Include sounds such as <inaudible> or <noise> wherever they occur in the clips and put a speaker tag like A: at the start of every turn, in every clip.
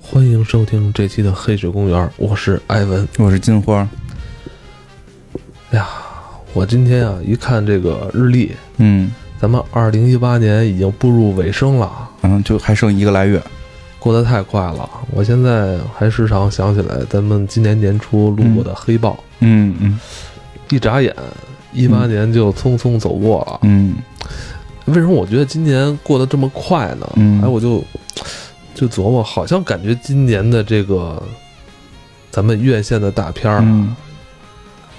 A: 欢迎收听这期的《黑水公园》，我是艾文。
B: 我是金花，
A: 我今天啊，一看这个日历，
B: 嗯，
A: 咱们二零一八年已经步入尾声了，
B: 然后就还剩一个来月，
A: 过得太快了。我现在还时常想起来咱们今年年初录过的黑豹，
B: 嗯嗯
A: 一眨眼，一八
B: 嗯
A: 年就匆匆走过了。
B: 嗯
A: 为什么我觉得今年过得这么快呢？
B: 嗯
A: 哎，我就就琢磨，好像感觉今年的这个咱们院线的大片儿啊、
B: 嗯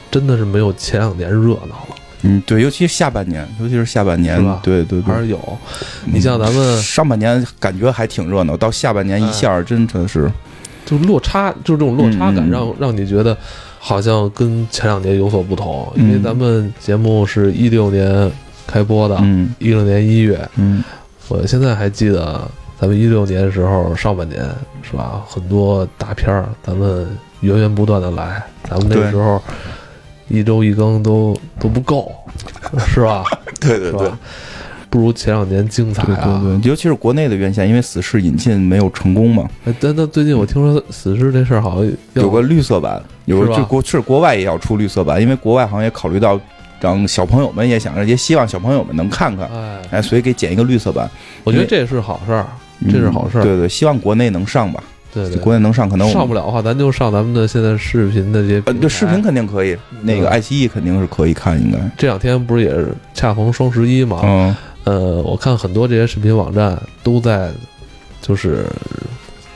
A: 真的是没有前两年热闹了，
B: 嗯，对，尤其是下半年，尤其是下半年
A: 是吧，
B: 对对
A: 还
B: 对，
A: 是有。你像咱们哎
B: 上半年感觉还挺热闹，到下半年一下儿真的是，
A: 就落差，就是这种落差感，
B: 嗯嗯嗯
A: 让让你觉得好像跟前两年有所不同。因
B: 嗯
A: 为咱们节目是一六年开播的，
B: 嗯
A: 一六年一月，
B: 嗯
A: 我现在还记得咱们一六年的时候上半年是吧，很多大片儿咱们源源不断的来，咱们那
B: 对
A: 时候一周一更都都不够， <laughs> 是吧？
B: 对对
A: 是吧？不如前两年精彩
B: 对
A: 啊！
B: 对对，尤其是国内的院线，因为死侍引进没有成功嘛，
A: 哎但但最近我听说死侍这事儿好像要
B: 有个绿色版，有
A: 是
B: 个
A: 吧
B: 就国是国外也要出绿色版，因为国外好像也考虑到让小朋友们也想着，也希望小朋友们能看看，
A: 哎，
B: 哎，所以给剪一个绿色版，
A: 我觉得这是好事儿，
B: 嗯
A: 这是好事儿
B: 对对，希望国内能上吧，
A: 对
B: 国
A: 对。
B: 内能上，可能我们
A: 上不了的哎话，咱就上咱们的现在视频的这些
B: 呃，
A: 平台。
B: 对，视频肯定可以，那
A: 嗯
B: 个爱奇艺肯定是可以看，应该。
A: 这两天不是也是恰逢双十一嘛？
B: 嗯，
A: 呃，我看很多这些视频网站都在就是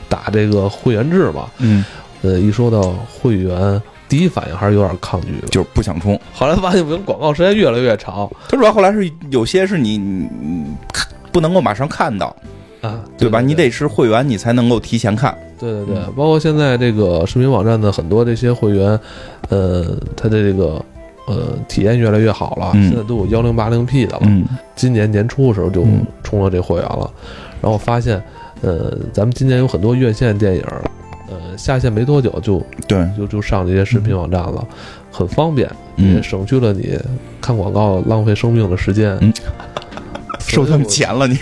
A: 打这个会员制嘛。
B: 嗯，
A: 呃，一说到会员，第一反应还是有点抗拒的。
B: 就是不想充。
A: 后来发现，我们广告时间越来越长
B: 它主要后来是有些是你你你看不能够马上看到，
A: 啊，
B: 对吧？你
A: 得。
B: 得是会员，你才能够提前看。
A: 对对对，
B: 嗯
A: 包括现在这个视频网站的很多这些会员，呃，它的这个呃体验越来越好了，
B: 嗯
A: 现在都有幺零八零 P 的了。
B: 嗯
A: 今年年初的时候就
B: 嗯
A: 充了这会员了，然后我发现，呃，咱们今年有很多院线电影，呃，下线没多久就
B: 对，
A: 就就上这些视频网站了，很方便，也
B: 嗯，
A: 省去了你看广告浪费生命的时间。
B: 嗯收他们钱了，你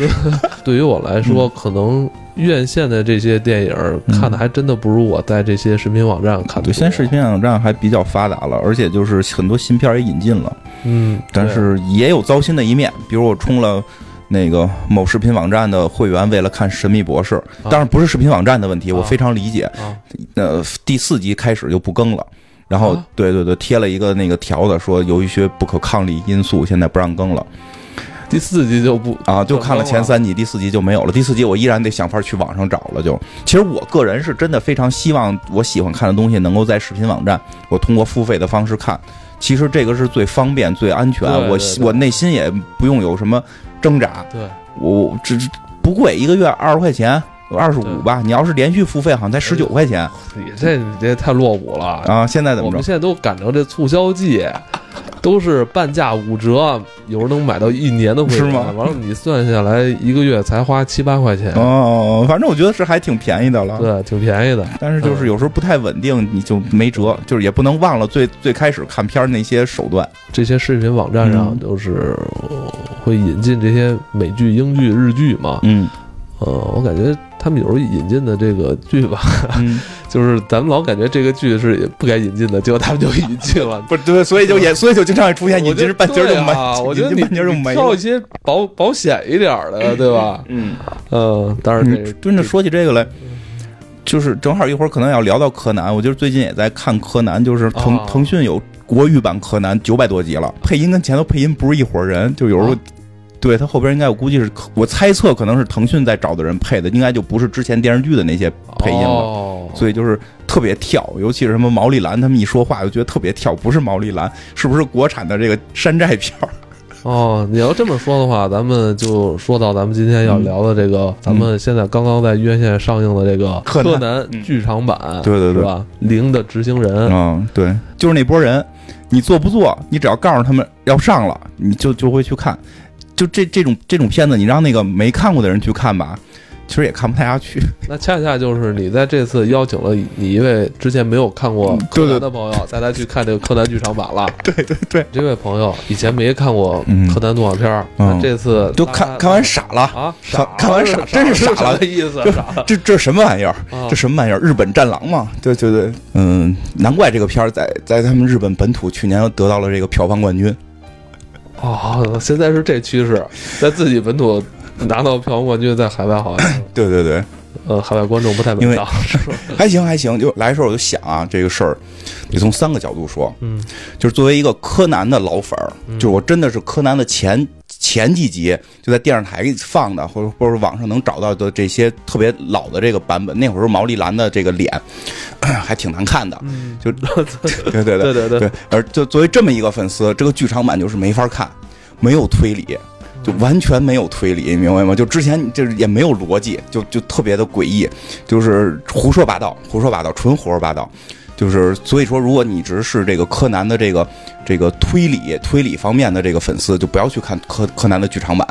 A: 对于我来说，可能院线的这些电影
B: 嗯
A: 看的还真的不如我在这些视频网站看的多。
B: 对，现在视频网站还比较发达了，而且就是很多新片儿也引进了，
A: 嗯，
B: 但
A: 对
B: 是也有糟心的一面，比如我充了。那个某视频网站的会员为了看《神秘博士》，当然不是视频网站的问题，我
A: 啊
B: 非常理解。
A: 啊，
B: 呃，第四集开始就不更了。然后
A: 啊，
B: 对对对，贴了一个那个条子，说有一些不可抗力因素，现在不让更了
A: 第四集就不
B: 啊！就看了
A: 不更了
B: 前三集，第四集就没有了。第四集我依然得想法去网上找了就。其实我个人是真的非常希望我喜欢看的东西能够在视频网站，我通过付费的方式看。其实这个是最方便、最安全，
A: 对对
B: 我
A: 对
B: 我内心也不用有什么挣扎。
A: 对，
B: 我我这这不贵，一个月二十块钱，二十五吧。你要是连续付费，好像才十
A: 哎
B: 九块钱
A: 你这你这太落伍了！
B: 啊！现在怎
A: 我
B: 么着
A: 们？现在都赶上这促销季， <laughs> 都是半价五折，有人能买到一年的会员，
B: 是吗
A: 完了你算下来一个月才花七八块钱，
B: 哦，反正我觉得是还挺便宜的了，
A: 对，挺便宜的。
B: 但是就是有时候不太稳定，你就没辙，
A: 嗯
B: 就是也不能忘了最最开始看片儿那些手段。
A: 这些视频网站上
B: 嗯
A: 就是呃会引进这些美剧、英剧、日剧嘛，
B: 嗯
A: 呃，我感觉他们有时候引进的这个剧吧， <laughs>
B: 嗯，
A: 就是咱们老感觉这个剧是不该引进的，结果他们就引进了，
B: <laughs> 不是对，所以就也 <laughs> 所以就经常会出现
A: 我
B: 引
A: 觉
B: 进
A: 得
B: 半截儿就
A: 对
B: 没，
A: 啊，我觉得
B: 引
A: 你
B: 进半截儿就没
A: 挑
B: 了
A: 一。些保保险一点儿的，对吧？
B: 嗯，
A: 嗯，当然这
B: 你真的说起这个来。就是正好一会儿可能要聊到柯南，我就是最近也在看柯南，就是腾、
A: 哦
B: 腾讯有国语版柯南九百多集了，配音跟前头配音不是一伙人，就有时候、
A: 啊
B: 对他后边应该我估计是我猜测可能是腾讯在找的人配的，应该就不是之前电视剧的那些配音了，
A: 哦、
B: 所以就是特别跳，尤其是什么毛利兰他们一说话，我觉得特别跳，不是毛利兰，是不是国产的这个山寨片儿？
A: 哦，你要这么说的话，咱们就说到咱们今天要
B: 嗯
A: 聊的这个，咱们现在刚刚在院线上映的这个《
B: 柯南嗯
A: 柯南》剧场版，
B: <laughs> 对对
A: 是
B: 对，
A: 吧？零的执行人，
B: 嗯，对，就是那波人，你做不做，你只要告诉他们要上了，你就就会去看。就这这种这种片子，你让那个没看过的人去看吧，其实也看不太下去。 <laughs>
A: 那恰恰就是你在这次邀请了你一位之前没有看过
B: 嗯
A: 柯
B: 对对
A: 南的朋友，带他去看这个柯南剧场版了。
B: 对对对，
A: 这位朋友以前没看过
B: 嗯
A: 柯南动画片儿，
B: 嗯
A: 那这次
B: 都
A: 他
B: 看看完傻了，
A: 啊，傻了
B: 看完傻真是傻了
A: 什么意思？傻了
B: 这这什么玩意儿？
A: 啊
B: 这什么玩意儿？日本战狼嘛，对对对，嗯，难怪这个片儿在在他们日本本土去年又得到了这个票房冠军。
A: 哦，现在是这趋势，在自己本土拿到票房冠军，在海外好像
B: 对对对，
A: 呃海外观众不太
B: 因
A: 买
B: 为 <laughs>
A: 账，是吧？
B: 还行还行。就来的时候我就想啊，这个事儿得从三个角度说，
A: 嗯
B: 就是作为一个柯南的老粉儿，就是我真的是柯南的前前几集就在电视台放的，或者或者网上能找到的这些特别老的这个版本，那会儿毛利兰的这个脸 <coughs> 还挺难看的，
A: 嗯， <laughs>
B: 就对对
A: 对对对，
B: 对，而就作为这么一个粉丝，这个剧场版就是没法看，没有推理，就完全没有推理，你明白吗？就之前就是也没有逻辑，就就特别的诡异，就是胡说八道，胡说八道，纯胡说八道。就是所以说，如果你只是这个柯南的这个这个推理推理方面的这个粉丝，就不要去看柯柯南的剧场版。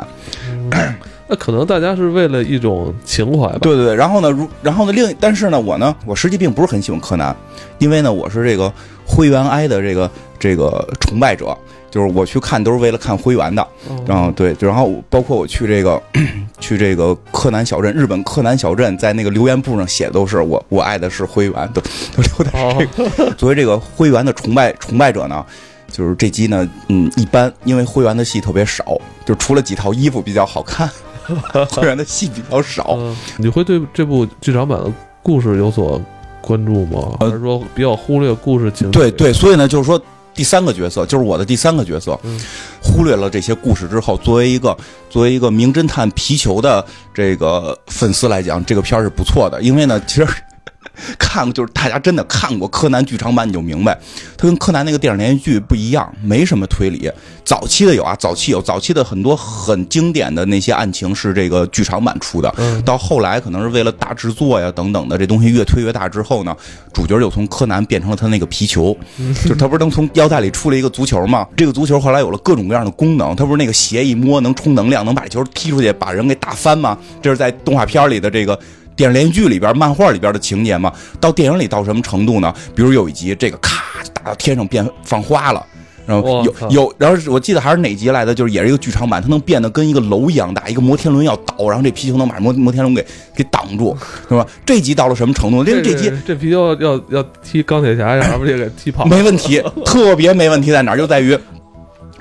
A: 那可能大家是为了一种情怀吧。
B: 对对对，然后呢，如然后呢，另但是呢，我呢，我实际并不是很喜欢柯南，因为呢，我是这个灰原哀的这个这个崇拜者，就是我去看都是为了看灰原的。
A: 哦
B: 然后对，然后包括我去这个 <clears throat> 去这个柯南小镇，日本柯南小镇，在那个留言簿上写的都是我我爱的是灰原，都都留的。
A: 哦，
B: 作为这个灰原的崇拜崇拜者呢。就是这集呢，嗯，一般，因为灰原的戏特别少，就除了几套衣服比较好看， <laughs> 灰原的戏比较少。
A: 嗯你会对这部剧场版的故事有所关注吗？
B: 呃
A: 还是说比较忽略故事情节？
B: 对对，所以呢，就是说第三个角色，就是我的第三个角色，
A: 嗯
B: 忽略了这些故事之后，作为一个作为一个名侦探皮球的这个粉丝来讲，这个片儿是不错的，因为呢，其实。 <laughs> 看，就是大家真的看过柯南剧场版，你就明白，它跟柯南那个电视连续剧不一样，没什么推理。早期的有啊，早期有，早期的很多很经典的那些案情是这个剧场版出的，
A: 嗯，
B: 到后来可能是为了大制作呀等等的，这东西越推越大之后呢，主角就从柯南变成了他那个皮球，就是他不是能从腰带里出来一个足球吗？这个足球后来有了各种各样的功能，他不是那个鞋一摸能充能量，能把球踢出去，把人给打翻吗？这是在动画片里的这个。电视连续剧里边、漫画里边的情节嘛，到电影里到什么程度呢？比如有一集，这个咔打到天上变放花了，然后
A: 我
B: 有
A: 操
B: 有，然后是我记得还是哪集来的，就是也是一个剧场版，它能变得跟一个楼一样大，一个摩天轮要倒，然后这皮球能把摩摩天轮给给挡住，是吧？这集到了什么程度？因为这集
A: 这这皮球要要踢钢铁侠，要不就给踢跑了。
B: 没问题，特别没问题在哪儿？就在于，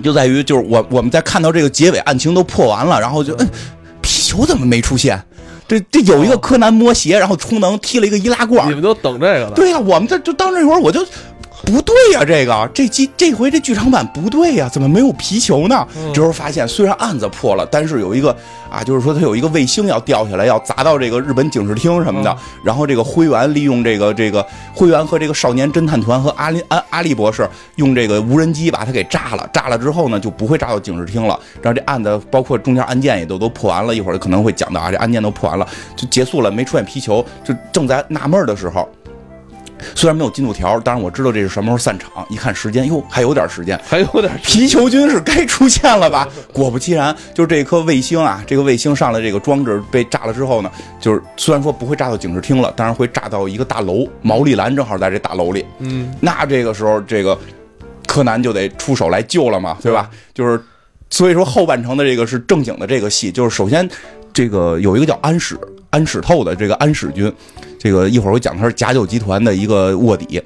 B: 就在于就是我我们在看到这个结尾案情都破完了，然后就嗯，皮球怎么没出现？这这有一个柯南摸鞋，然后充能踢了一个易拉罐
A: 你，们都等这个呢？
B: 对呀、我们这就当这会儿我就不对呀、这个这集这回这剧场版不对呀、怎么没有皮球呢？
A: 嗯
B: 这时候发现虽然案子破了，但是有一个啊，就是说它有一个卫星要掉下来，要砸到这个日本警视厅什么的。
A: 嗯
B: 然后这个灰原利用这个这个灰原和这个少年侦探团和阿林阿阿笠博士用这个无人机把它给炸了，炸了之后呢就不会炸到警视厅了。然后这案子包括中间案件也都都破完了，一会儿可能会讲到啊，这案件都破完了，就结束了，没出现皮球。就正在纳闷儿的时候，虽然没有进度条，但是我知道这是什么时候散场。一看时间，哟，还有点时间。
A: 还有点
B: 皮球菌是该出现了吧？ <laughs> 果不其然，就是这颗卫星啊，这个卫星上的这个装置被炸了之后呢，就是虽然说不会炸到警视厅了，但是会炸到一个大楼，毛利兰正好在这大楼里。
A: 嗯，
B: 那这个时候，这个柯南就得出手来救了嘛，对吧？就是所以说后半程的这个是正经的这个戏，就是首先这个有一个叫安史安史透的这个安史君，这个一会儿我讲他是假酒集团的一个卧底，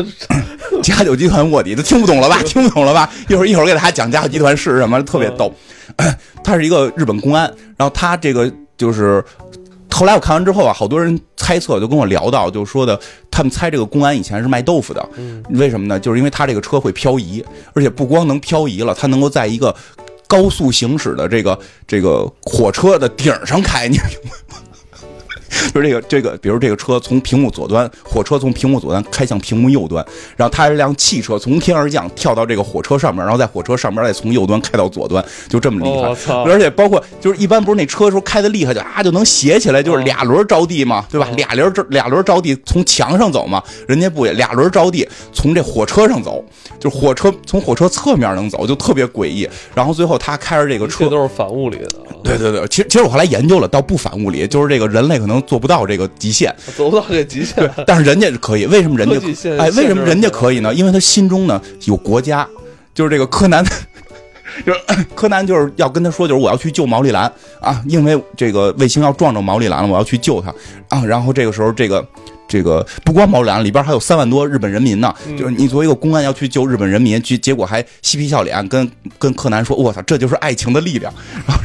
B: <laughs> 假酒集团卧底都听不懂了吧？听不懂了吧？一会儿一会儿给大家讲假酒集团是什么，特别逗。 <clears throat> 他是一个日本公安，然后他这个就是。后来我看完之后啊，好多人猜测，就跟我聊到，就说的他们猜这个公安以前是卖豆腐的，
C: 嗯
B: 为什么呢？就是因为他这个车会漂移，而且不光能漂移了，它能够在一个高速行驶的这个这个火车的顶上开，你明白吗？ <laughs> 就是这个这个，比如这个车从屏幕左端，火车从屏幕左端开向屏幕右端，然后它是辆汽车从天而降跳到这个火车上面，然后在火车上面再从右端开到左端，就这么厉害。
C: 哦我操！
B: 而且包括就是一般不是那车时候开的厉害就啊就能斜起来，
C: 哦
B: 就是俩轮着地嘛，对吧？
A: 哦
C: 嗯
B: 俩轮着俩轮着地从墙上走嘛，人家不也俩轮着地从这火车上走，就是火车从火车侧面能走，就特别诡异。然后最后他开着这个车
A: 这，都是反物理的，啊
B: 对对对，其实其实我后来研究了，倒不反物理，就是这个人类可能做不到这个
A: <laughs>
B: 极限，
A: 走不到这极限。 <laughs>
B: 但是人家是可以，为什么人家
A: 科技限
B: 哎，为
A: 限
B: 什
A: 制
B: 么
A: 了
B: 人家可以呢？因为他心中呢有国家，就是这个柯南， <laughs> 就是 <coughs> 柯南就是要跟他说，就是我要去救毛利兰啊，因为这个卫星要撞着毛利兰了，我要去救他啊。然后这个时候，这个这个不光毛利兰里边还有三万多日本人民呢，就是你作为一个公安要去救日本人民，结结果还嬉皮笑脸跟跟柯南说，我操，这就是爱情的力量。然后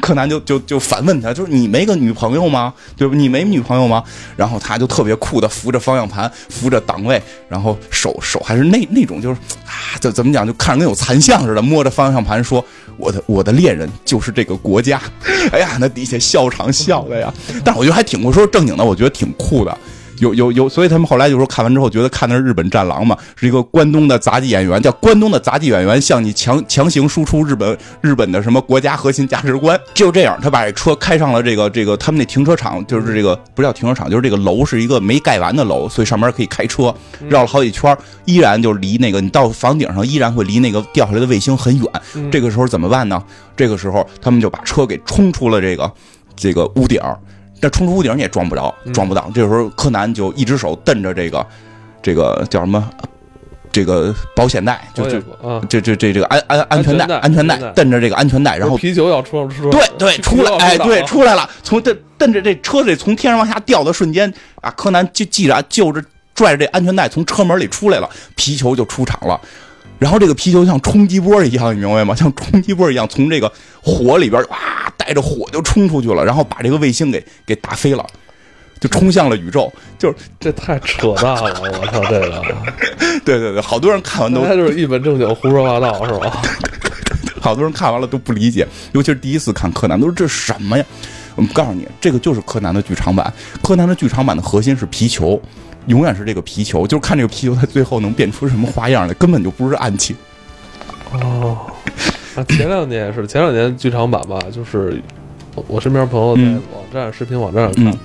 B: 柯南就就就反问他，就是你没个女朋友吗？对吧？你没女朋友吗？然后他就特别酷的扶着方向盘，扶着档位，然后手手还是那那种就是啊，就怎么讲，就看着跟有残像似的，摸着方向盘说：“我的我的恋人就是这个国家。” <laughs> 哎呀，那底下笑场笑的呀。 <laughs> 但我觉得还挺酷，说正经的，我觉得挺酷的。有有有，所以他们后来就说看完之后觉得看的是日本战狼嘛，是一个关东的杂技演员，叫关东的杂技演员向你强强行输出日本日本的什么国家核心价值观，就这样，他把这车开上了这个这个他们那停车场，就是这个不叫停车场，就是这个楼是一个没盖完的楼，所以上面可以开车，绕了好几圈，依然就离那个你到房顶上依然会离那个掉下来的卫星很远，
A: 嗯
B: 这个时候怎么办呢？这个时候他们就把车给冲出了这个这个屋顶儿，但冲出屋顶儿你也撞不着，撞不到。这时候柯南就一只手蹬着这个这个叫什么这个保险带，就就
A: 啊，
B: 这这这这个安安安全带
A: 安
B: 安
A: 全
B: 全
A: 带
B: 带蹬着这个安全带，然后
A: 这皮球要出出
B: 对对，出来，哎，对，，
A: 这皮球要
B: 出来了，从这蹬着这车这从天上往下掉的瞬间啊，柯南就记着啊就着拽着这安全带从车门里出来了，皮球就出场了。然后这个皮球像冲击波一样，你明白吗？像冲击波一样从这个火里边哇，带着火就冲出去了，然后把这个卫星给给打飞了，就冲向了宇宙。就是
A: 这太扯淡了，我操，这
B: <laughs>
A: 个，
B: 对对对，好多人看完都
A: 那他就是一本正经胡说八道是
B: <laughs>
A: 吧？
B: 好多人看完了都不理解，尤其是第一次看柯南，都说这是什么呀？我们告诉你，这个就是柯南的剧场版。柯南的剧场版的核心是皮球，永远是这个皮球，就是看这个皮球它最后能变出什么花样来，根本就不是暗器。
A: 哦，啊，前两年也是，前两年剧场版吧，就是我我身边朋友在
B: 嗯
A: 网站、视频网站上看的
B: 嗯，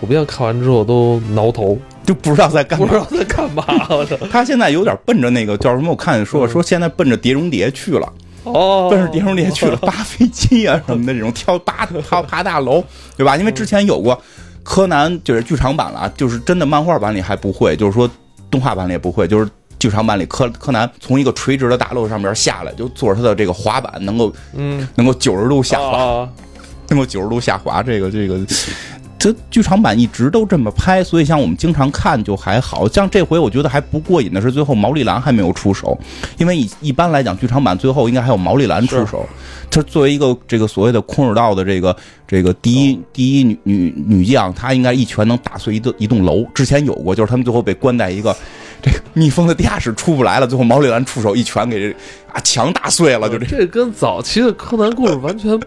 A: 我不见看完之后都挠头，
B: 就不知道在干
A: 不
B: 嘛
A: 知。道在干嘛，我
B: <laughs>
A: 操！
B: 他现在有点奔着那个叫什么？我看说说现在奔着《碟中谍》去了，
A: 哦，
B: 奔着《碟中谍》去了，扒飞机啊什么的这种，跳扒爬爬大楼，对吧？因为之前有过柯南，就是剧场版了啊，就是真的漫画版里还不会，就是说动画版里也不会，就是剧场版里柯柯南从一个垂直的大楼上面下来，就坐着他的这个滑板，能够
A: 嗯，
B: 能够九十度下滑，
A: 啊，
B: 能够九十度下滑，这个这个。 <laughs> 这剧场版一直都这么拍，所以像我们经常看就还好像这回我觉得还不过瘾的是，最后毛利兰还没有出手，因为一一般来讲剧场版最后应该还有毛利兰出手。她作为一个这个所谓的空手道的这个这个第一第一女女女将，她应该一拳能打碎一栋一栋楼。之前有过，就是他们最后被关在一个这个密封的地下室出不来了，最后毛利兰出手一拳给这啊墙打碎了，就这
A: 呃这跟早期的柯南故事完全就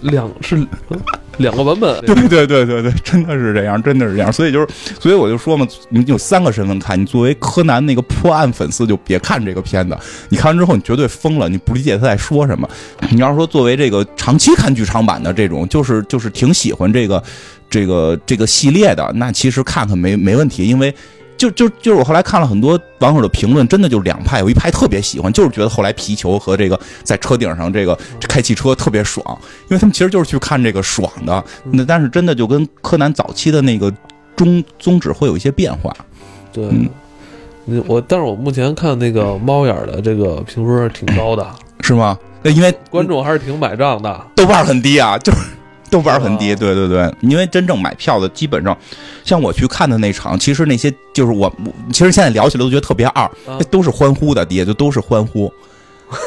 A: 两是嗯两个版本，
B: <laughs> 对对对对对，真的是这样，真的是这样。所以就是，所以我就说嘛，你有三个身份看。你作为柯南那个破案粉丝，就别看这个片子。你看完之后，你绝对疯了，你不理解他在说什么。你要是说作为这个长期看剧场版的这种，就是就是挺喜欢这个这个这个系列的，那其实看看没没问题，因为。就就就是我后来看了很多网友的评论，真的就两派，有一派特别喜欢，就是觉得后来皮球和这个在车顶上这个开汽车特别爽，因为他们其实就是去看这个爽的。那但是真的就跟柯南早期的那个宗宗旨会有一些变化。
A: 对
B: 嗯。
A: 嗯我但是我目前看那个猫眼儿的这个评分挺高的，
B: 是吗？那因为
A: 观众还是挺买账的。
B: 豆瓣儿很低啊，就是 <laughs> 豆瓣儿很低。
A: 哦
B: 对对对，因为真正买票的基本上，像我去看的那场，其实那些就是我，我其实现在聊起来都觉得特别二
A: 啊，
B: 都是欢呼的，底下就都是欢呼。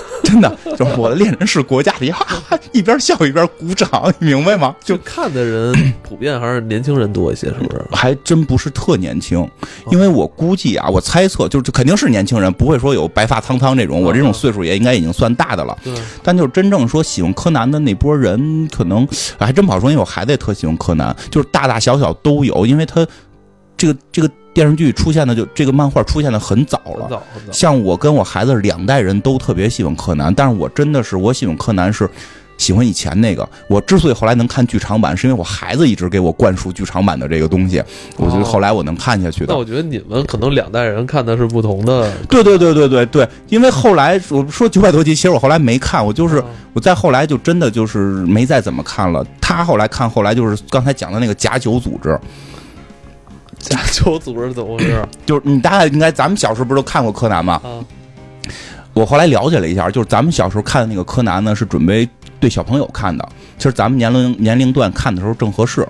B: <laughs> 真的，就是我的恋人是国家的，哈哈，一边笑一边鼓掌，你明白吗？就
A: 就看的人普遍还是年轻人多一些，是不是？
B: 还真不是特年轻，因为我估计啊，我猜测就是肯定是年轻人，不会说有白发苍苍这种，我这种岁数也应该已经算大的了。
A: 对，
B: 但就是真正说喜欢柯南的那波人，可能哎还真不好说，因为我孩子也特喜欢柯南，就是大大小小都有，因为他这个这个电视剧出现的就这个漫画出现的很早
A: 很
B: 了。
A: 早很早。
B: 像我跟我孩子两代人都特别喜欢柯南，但是我真的是我喜欢柯南是喜欢以前那个。我之所以后来能看剧场版，是因为我孩子一直给我灌输剧场版的这个东西，我觉得后来我能看下去的
A: 那。我觉得你们可能两代人看的是不同的，
B: 哦对对对对对对，因为后来我说九百多集，其实我后来没看，我就
A: 就是
B: 我再后来就真的就是没再怎么看了。他后来看，后来就是刚才讲的那个假酒组织，
A: 假球组织怎么回事啊？
B: 就是你大概应该咱们小时候不是都看过柯南吗？我后来了解了一下，就是咱们小时候看的那个柯南呢，是准备对小朋友看的。其实咱们年龄年龄段看的时候正合适，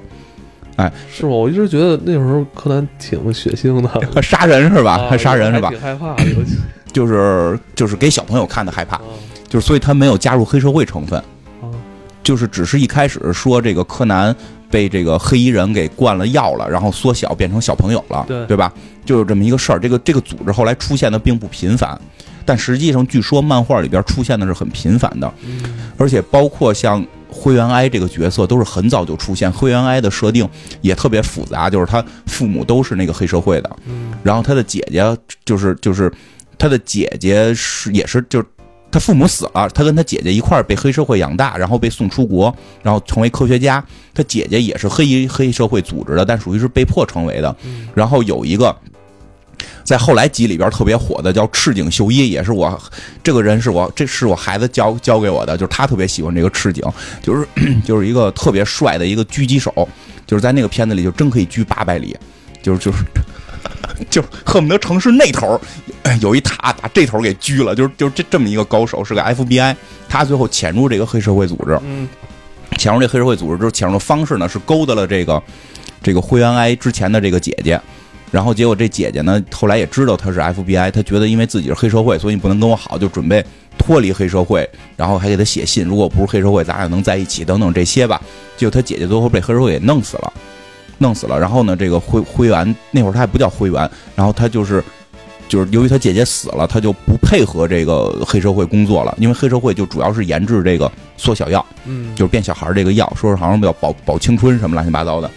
A: 是吗？我一直觉得那时候柯南挺血腥的，
B: 杀人是吧？
A: 啊
B: 还杀人是吧
A: 还？挺害怕的，尤其
B: 就是就是给小朋友看的害怕
A: 啊，
B: 就是所以他没有加入黑社会成分，
A: 啊
B: 就是只是一开始说这个柯南被这个黑衣人给灌了药了，然后缩小变成小朋友了，
A: 对
B: 吧？就有这么一个事儿。这个这个组织后来出现的并不频繁，但实际上据说漫画里边出现的是很频繁的。
A: 嗯
B: 而且包括像灰原哀这个角色都是很早就出现，灰原哀的设定也特别复杂，就是他父母都是那个黑社会的，
A: 嗯
B: 然后他的姐姐就是就是他的姐姐是也是就是。他父母死了，他跟他姐姐一块儿被黑社会养大，然后被送出国，然后成为科学家。他姐姐也是黑黑社会组织的，但属于是被迫成为的。
A: 嗯
B: 然后有一个在后来集里边特别火的叫赤井秀一，也是我这个人是我这是我孩子教教给我的，就是他特别喜欢这个赤井，就是 <clears throat> 就是一个特别帅的一个狙击手，就是在那个片子里就真可以狙八百里，就是就是。 <laughs> 就是恨不得城市那头哎有一塔，把这头给狙了，就是就是这这么一个高手，是个 FBI，他最后潜入这个黑社会组织，
A: 嗯
B: 潜入这黑社会组织之后，潜入的方式呢是勾搭了这个这个灰原哀之前的这个姐姐，然后结果这姐姐呢后来也知道她是 FBI，她觉得因为自己是黑社会，所以你不能跟我好，就准备脱离黑社会，然后还给她写信，如果不是黑社会，咱俩能在一起等等这些吧。结果她姐姐最后被黑社会给弄死了，弄死了。然后呢，这个灰灰原那会儿她还不叫灰原，然后她就是。就是由于她姐姐死了，她就不配合这个黑社会工作了，因为黑社会就主要是研制这个缩小药，
A: 嗯，
B: 就是变小孩儿这个药，说是好像要保保青春什么乱七八糟的。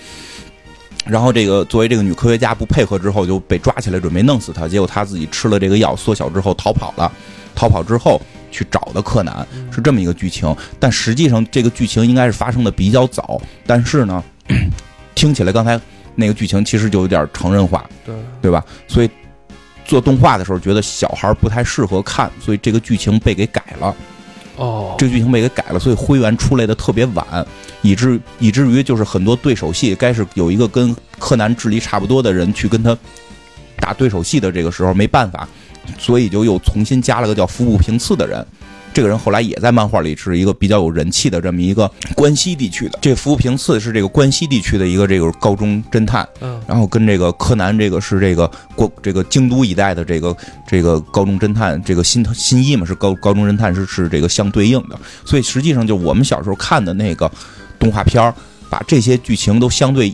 B: 然后这个作为这个女科学家不配合之后就被抓起来，准备弄死她。结果她自己吃了这个药缩小之后逃跑了，逃跑之后去找的柯南
A: 嗯
B: 是这么一个剧情。但实际上这个剧情应该是发生的比较早，但是呢， <clears throat> 听起来刚才那个剧情其实就有点成人化，
A: 对，
B: 对吧？所以做动画的时候觉得小孩儿不太适合看，所以这个剧情被给改了。
A: 哦，
B: 这个剧情被给改了，所以灰原出来的特别晚，以至以至于就是很多对手戏，该是有一个跟柯南智力差不多的人去跟他打对手戏的这个时候没办法，所以就又重新加了个叫服部平次的人。这个人后来也在漫画里是一个比较有人气的这么一个关西地区的，这服部平次是这个关西地区的一个这个高中侦探，
A: 嗯
B: 然后跟这个柯南这个是这个过这个京都一带的这个这个高中侦探，这个新新一嘛是高高中侦探是是这个相对应的，所以实际上就我们小时候看的那个动画片儿，把这些剧情都相对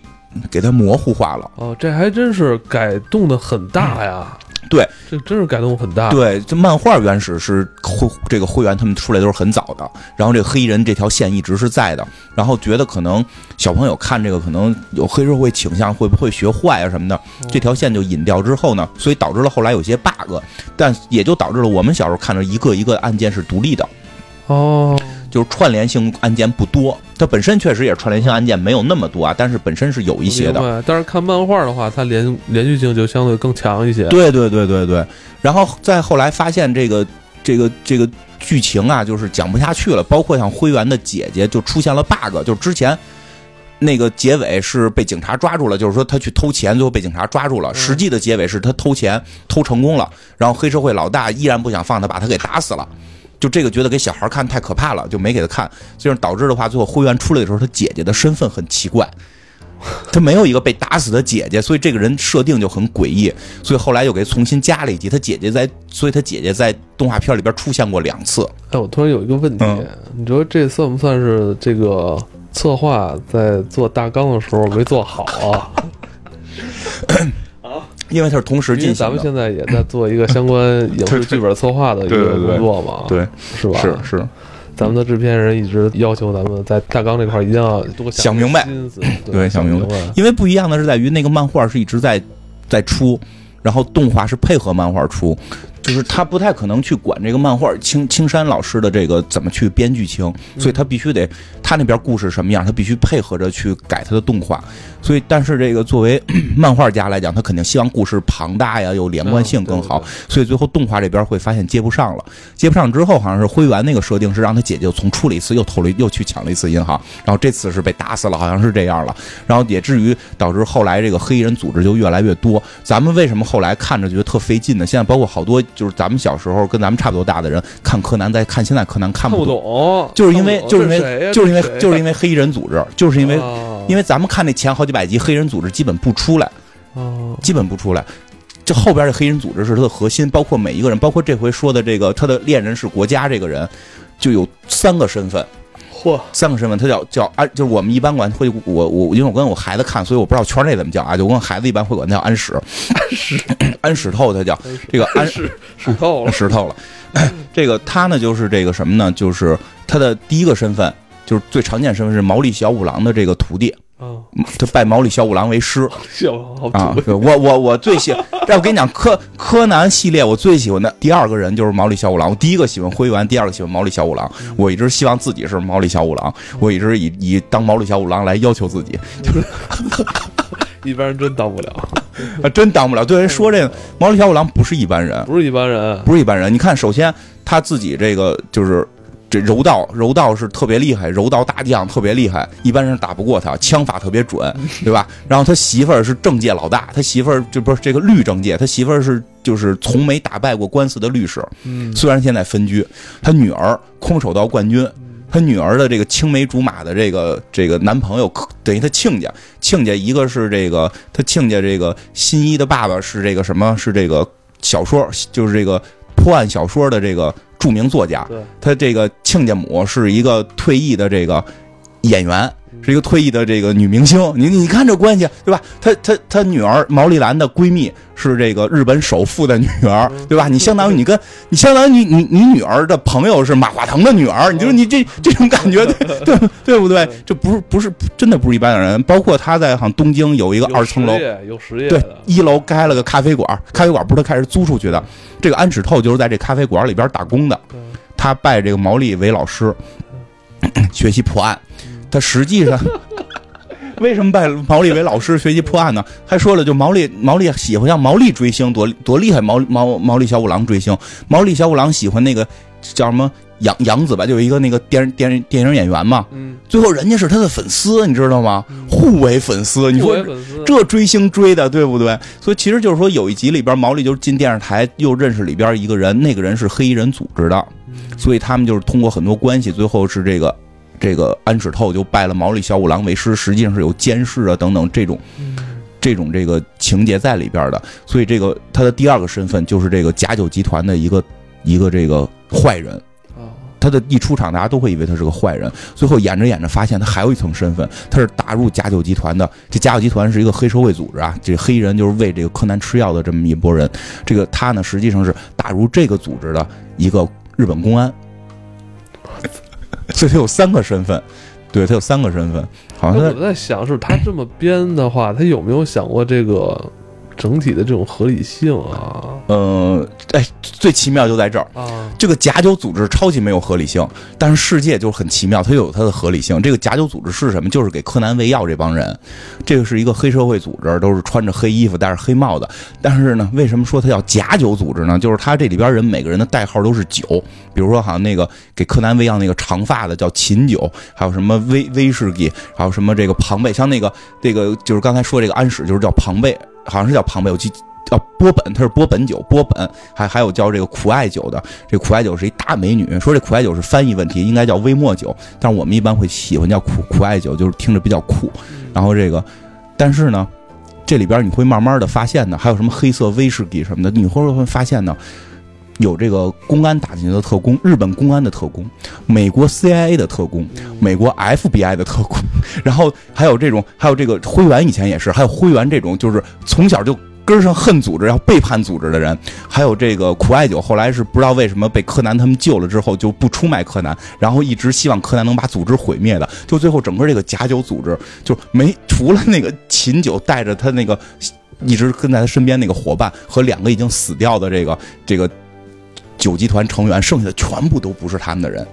B: 给它模糊化了。
A: 哦，这还真是改动的很大呀。
B: 嗯对，
A: 这真是改动很大。
B: 对，这漫画原始是会这个会员他们出来都是很早的，然后这个黑衣人这条线一直是在的，然后觉得可能小朋友看这个可能有黑社会倾向，会不会学坏啊什么的，这条线就引掉之后呢，所以导致了后来有些 bug，但也就导致了我们小时候看着一个一个案件是独立的，
A: 哦，
B: 就是串联性案件不多，它本身确实也是串联性案件没有那么多啊，但是本身是有一些的
A: 我。明白。但是看漫画的话，它连连续性就相对更强一些。
B: 对对对对对，然后再后来发现这个这个这个剧情啊，就是讲不下去了。包括像灰原的姐姐就出现了 bug，就是之前那个结尾是被警察抓住了，就是说他去偷钱，最后被警察抓住了。
A: 嗯
B: 实际的结尾是他偷钱偷成功了，然后黑社会老大依然不想放他，把他给打死了。就这个觉得给小孩看太可怕了，就没给他看，就是导致的话，最后灰原出来的时候，他姐姐的身份很奇怪，他没有一个被打死的姐姐，所以这个人设定就很诡异，所以后来又给重新加了一集。他姐姐在，所以他姐姐在动画片里边出现过两次。
A: 哎，我突然有一个问题，
B: 嗯
A: 你觉得这算不算是这个策划在做大纲的时候没做好啊？
B: 因为他是同时
A: 因为
B: 进
A: 咱们
B: 行的，嗯
A: 现在也在做一个相关影视剧本策划的一
B: 对
A: 个
B: 对对
A: 工作嘛，
B: 对，
A: 哦是吧？
B: 是是，
A: 咱们的制片人一直要求咱们在大纲这块儿一定要多
B: 想明白嗯
A: 心思，
B: 对想明白
A: 明白。
B: 因为不一样的是在于那个漫画是一直在在出，然后动画是配合漫画出，就是他不太可能去管这个漫画青青山老师的这个怎么去编剧情，
A: 嗯
B: 所以他必须得他那边故事什么样，他必须配合着去改他的动画。所以，但是这个作为 <clears throat> 漫画家来讲，他肯定希望故事庞大呀，有连贯性更好，
A: 嗯对
B: 所以最后动画这边会发现接不上了。接不上之后，好像是灰原那个设定是让他姐姐又重出了一次，又偷了一又去抢了一次银行，然后这次是被打死了，好像是这样了。然后也至于导致后来这个黑衣人组织就越来越多。咱们为什么后来看着觉得特费劲呢？现在包括好多就是咱们小时候跟咱们差不多大的人看柯南，在看现在柯南看
A: 看不
B: 懂，
A: 懂，
B: 就是因为
A: 看不
B: 就
A: 懂
B: 是因
A: 这谁呀啊
B: 为就是因
A: 这
B: 为
A: 谁
B: 就是因为黑衣人组织，就是因为
A: 啊
B: 因为咱们看那前好几百集，黑人组织基本不出来，
A: 哦
B: 基本不出来。这后边的黑人组织是它的核心，包括每一个人，包括这回说的这个他的恋人是国家这个人，就有三个身份，
A: 嚯，
B: 三个身份，他叫叫安，就是我们一般管会我我，因为我跟我孩子看，所以我不知道圈内怎么叫啊，就我跟孩子一般会管他叫安史，安史安史透，他叫
A: 真是
B: <laughs> 这个安
A: 是是
B: <laughs>
A: 透了，
B: 石头了。这个他呢，就是这个什么呢？就是他的第一个身份，就是最常见身份是毛利小五郎的这个徒弟，
A: 啊，
B: 他拜毛利小五郎为师。
A: 笑好
B: <laughs> 啊
A: 土，
B: 对我我我最喜，但我跟你讲，柯柯南系列我最喜欢的第二个人就是毛利小五郎。我第一个喜欢灰原，第二个喜欢毛利小五郎。我一直希望自己是毛利小五郎，我一直以以当毛利小五郎来要求自己，
A: 一般人真当不了，
B: 啊，真当不了。对人说这个毛利小五郎不是一般人，
A: 不是一般人，
B: 不是一般人。你看，首先他自己这个就是。这柔道，柔道是特别厉害，柔道大将特别厉害，一般人打不过他，枪法特别准，对吧？然后他媳妇儿是政界老大，他媳妇儿就不是这个律政界，他媳妇儿是就是从没打败过官司的律师，
A: 嗯，
B: 虽然现在分居，他女儿空手道冠军，
A: 嗯
B: 他女儿的这个青梅竹马的这个这个男朋友，可等于他亲家，亲家一个是这个他亲家这个新一的爸爸是这个什么是这个小说，就是这个破案小说的这个著名作家，
A: 对，
B: 他这个亲家母是一个退役的这个演
A: 嗯
B: 员。是一个退役的这个女明星，你你看这关系对吧？她她她女儿毛利兰的闺蜜是这个日本首富的女儿
A: 嗯
B: 对吧？你相当于你跟你相当于你你你女儿的朋友是马化腾的女儿，你就是你这这种感觉对对对不对？
A: 嗯
B: 这不是不是真的不是一般的人，包括他在好像东京有一个
A: 有
B: 二层楼
A: 实。啊业有实业
B: 对
A: 的，，
B: 一楼开了个咖啡馆，咖啡馆不是他开始租出去的。这个安史透就是在这咖啡馆里边打工的，
A: 对
B: 他拜这个毛利为老师， <clears throat> 学习破案。
A: 嗯
B: 他实际上 <laughs> 为什么拜毛利为老师学习破案呢？还说了，就毛利毛利喜欢像毛利追星多多厉害，毛毛毛利小五郎追星，毛利小五郎喜欢那个叫什么杨杨子吧，就有一个那个电电电影演员嘛。
A: 嗯，
B: 最后人家是他的粉丝，你知道吗？互为粉丝，你
A: 作为
B: 说
A: 粉丝，
B: 这追星追的，对不对？所以其实就是说，有一集里边毛利就是进电视台，又认识里边一个人，那个人是黑衣人组织的，
A: 嗯
B: 所以他们就是通过很多关系，最后是这个这个安史透就拜了毛利小五郎为师，实际上是有监视啊等等这种
A: 嗯
B: 这种这个情节在里边的。所以这个他的第二个身份就是这个假酒集团的一个一个这个坏人。
A: 啊，
B: 他的一出场，大家都会以为他是个坏人。最后演着演着，发现他还有一层身份，他是打入假酒集团的。这假酒集团是一个黑社会组织啊，这黑人就是喂这个柯南吃药的这么一拨人。这个他呢，实际上是打入这个组织的一个日本公安，所以他有三个身份。对他有三个身份，好像
A: 那
B: 他
A: 我在想，是他这么编的话，他有没有想过这个整体的这种合理性啊？
B: 呃，哎，最奇妙就在这儿。
A: 啊，
B: 这个假酒组织超级没有合理性，但是世界就是很奇妙，它又有它的合理性。这个假酒组织是什么？就是给柯南喂药这帮人，这个是一个黑社会组织，都是穿着黑衣服，戴着黑帽子。但是呢，为什么说它叫假酒组织呢？就是它这里边人每个人的代号都是酒，比如说好像那个给柯南喂药那个长发的叫琴酒，还有什么威威士忌，还有什么这个庞贝，像那个这个就是刚才说这个安史就是叫庞贝，好像是叫庞贝，我记。叫波本，它是波本酒，波本还还有叫这个苦艾酒的，这苦艾酒是一大美女，说这苦艾酒是翻译问题，应该叫微末酒，但是我们一般会喜欢叫苦苦艾酒，就是听着比较酷。然后这个但是呢，这里边你会慢慢的发现呢，还有什么黑色威士忌什么的，你会会发现呢，有这个公安打进去的特工，日本公安的特工，美国 CIA 的特工，美国 FBI 的特工， <laughs> 然后还有这种，还有这个灰原以前也是，还有灰原这种就是从小就。根儿上恨组织，然后背叛组织的人，还有这个苦艾酒，后来是不知道为什么被柯南他们救了之后就不出卖柯南，然后一直希望柯南能把组织毁灭的，就最后整个这个假酒组织就没除了那个秦九带着他那个一直跟在他身边那个伙伴和两个已经死掉的这个这个九集团成员，剩下的全部都不是他们的人。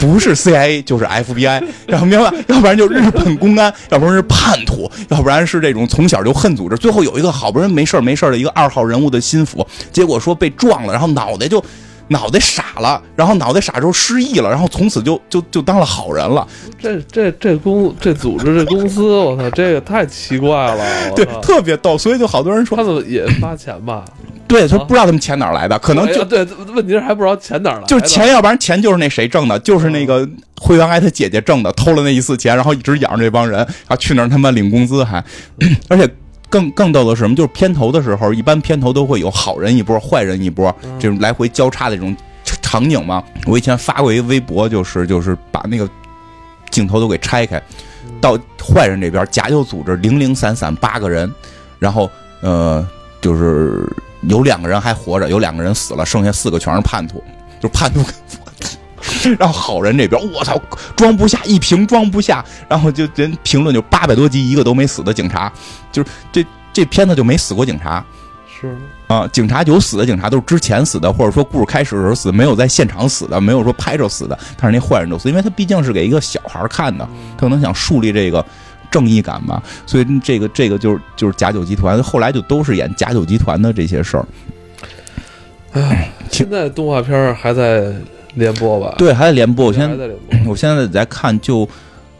B: 不是 CIA 就是 FBI，然后明白吧？ <laughs> 要不然就日本公安，要不然是叛徒，要不然是这种从小就恨组织。最后有一个好不容易没事儿没事儿的一个二号人物的心腹，结果说被撞了，然后脑袋就脑袋傻了，然后脑袋傻之后失忆了，然后从此就就就当了好人了。
A: 这这这公这组织这公司，我操，这个太奇怪了。我
B: 对，
A: 操
B: 特别逗。所以就好多人说，
A: 哦他哦怎么也发钱吧？
B: 对，他不知道他们钱哪儿来的，可能
A: 哎呀
B: 就
A: 对，问题是还不知道钱哪儿来的，
B: 就是钱，要不然钱就是那谁挣的，就是那个会员爱他姐姐挣的，偷了那一次钱，然后一直养着这帮人，然后去那儿他妈领工资还， <clears throat> 而且。更更逗的是什么？就是片头的时候，一般片头都会有好人一波、坏人一波，这种来回交叉的这种场景嘛。我以前发过一微博，就是就是把那个镜头都给拆开，到坏人这边，假酒组织零零散散八个人，然后呃，就是有两个人还活着，有两个人死了，剩下四个全是叛徒，就是叛徒跟 <laughs> 然后好人这边，我操，装不下一瓶装不下，然后就人评论就八百多集一个都没死的警察，就是这这片子就没死过警察
A: 是
B: 啊，警察有死的警察都是之前死的，或者说故事开始的时候死，没有在现场死的，没有说拍着死的，但是那坏人就死，因为他毕竟是给一个小孩看的，
A: 嗯
B: 他可能想树立这个正义感吧，所以这个这个就是就是假酒集团，后来就都是演假酒集团的这些事儿。
A: 现在动画片儿还在联播吧？，
B: 对，还在联播，我现
A: 还
B: 在
A: 在联播。
B: <clears throat> 我现在在看就。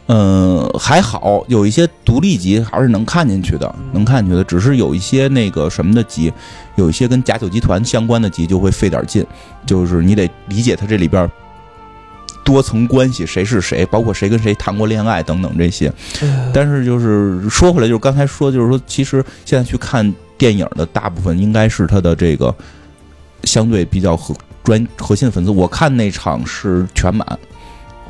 B: 嗯，还好有一些独立集还是能看进去的，能看进去的。只是有一些那个什么的集，有一些跟假酒集团相关的集就会费点劲，就是你得理解它这里边多层关系，谁是谁，包括谁跟谁谈过恋爱等等这些。
A: 哎
B: 但是就是说回来，就是刚才说，就是说，其实现在去看电影的大部分应该是他的这个相对比较核专核心的粉丝。我看那场是全满，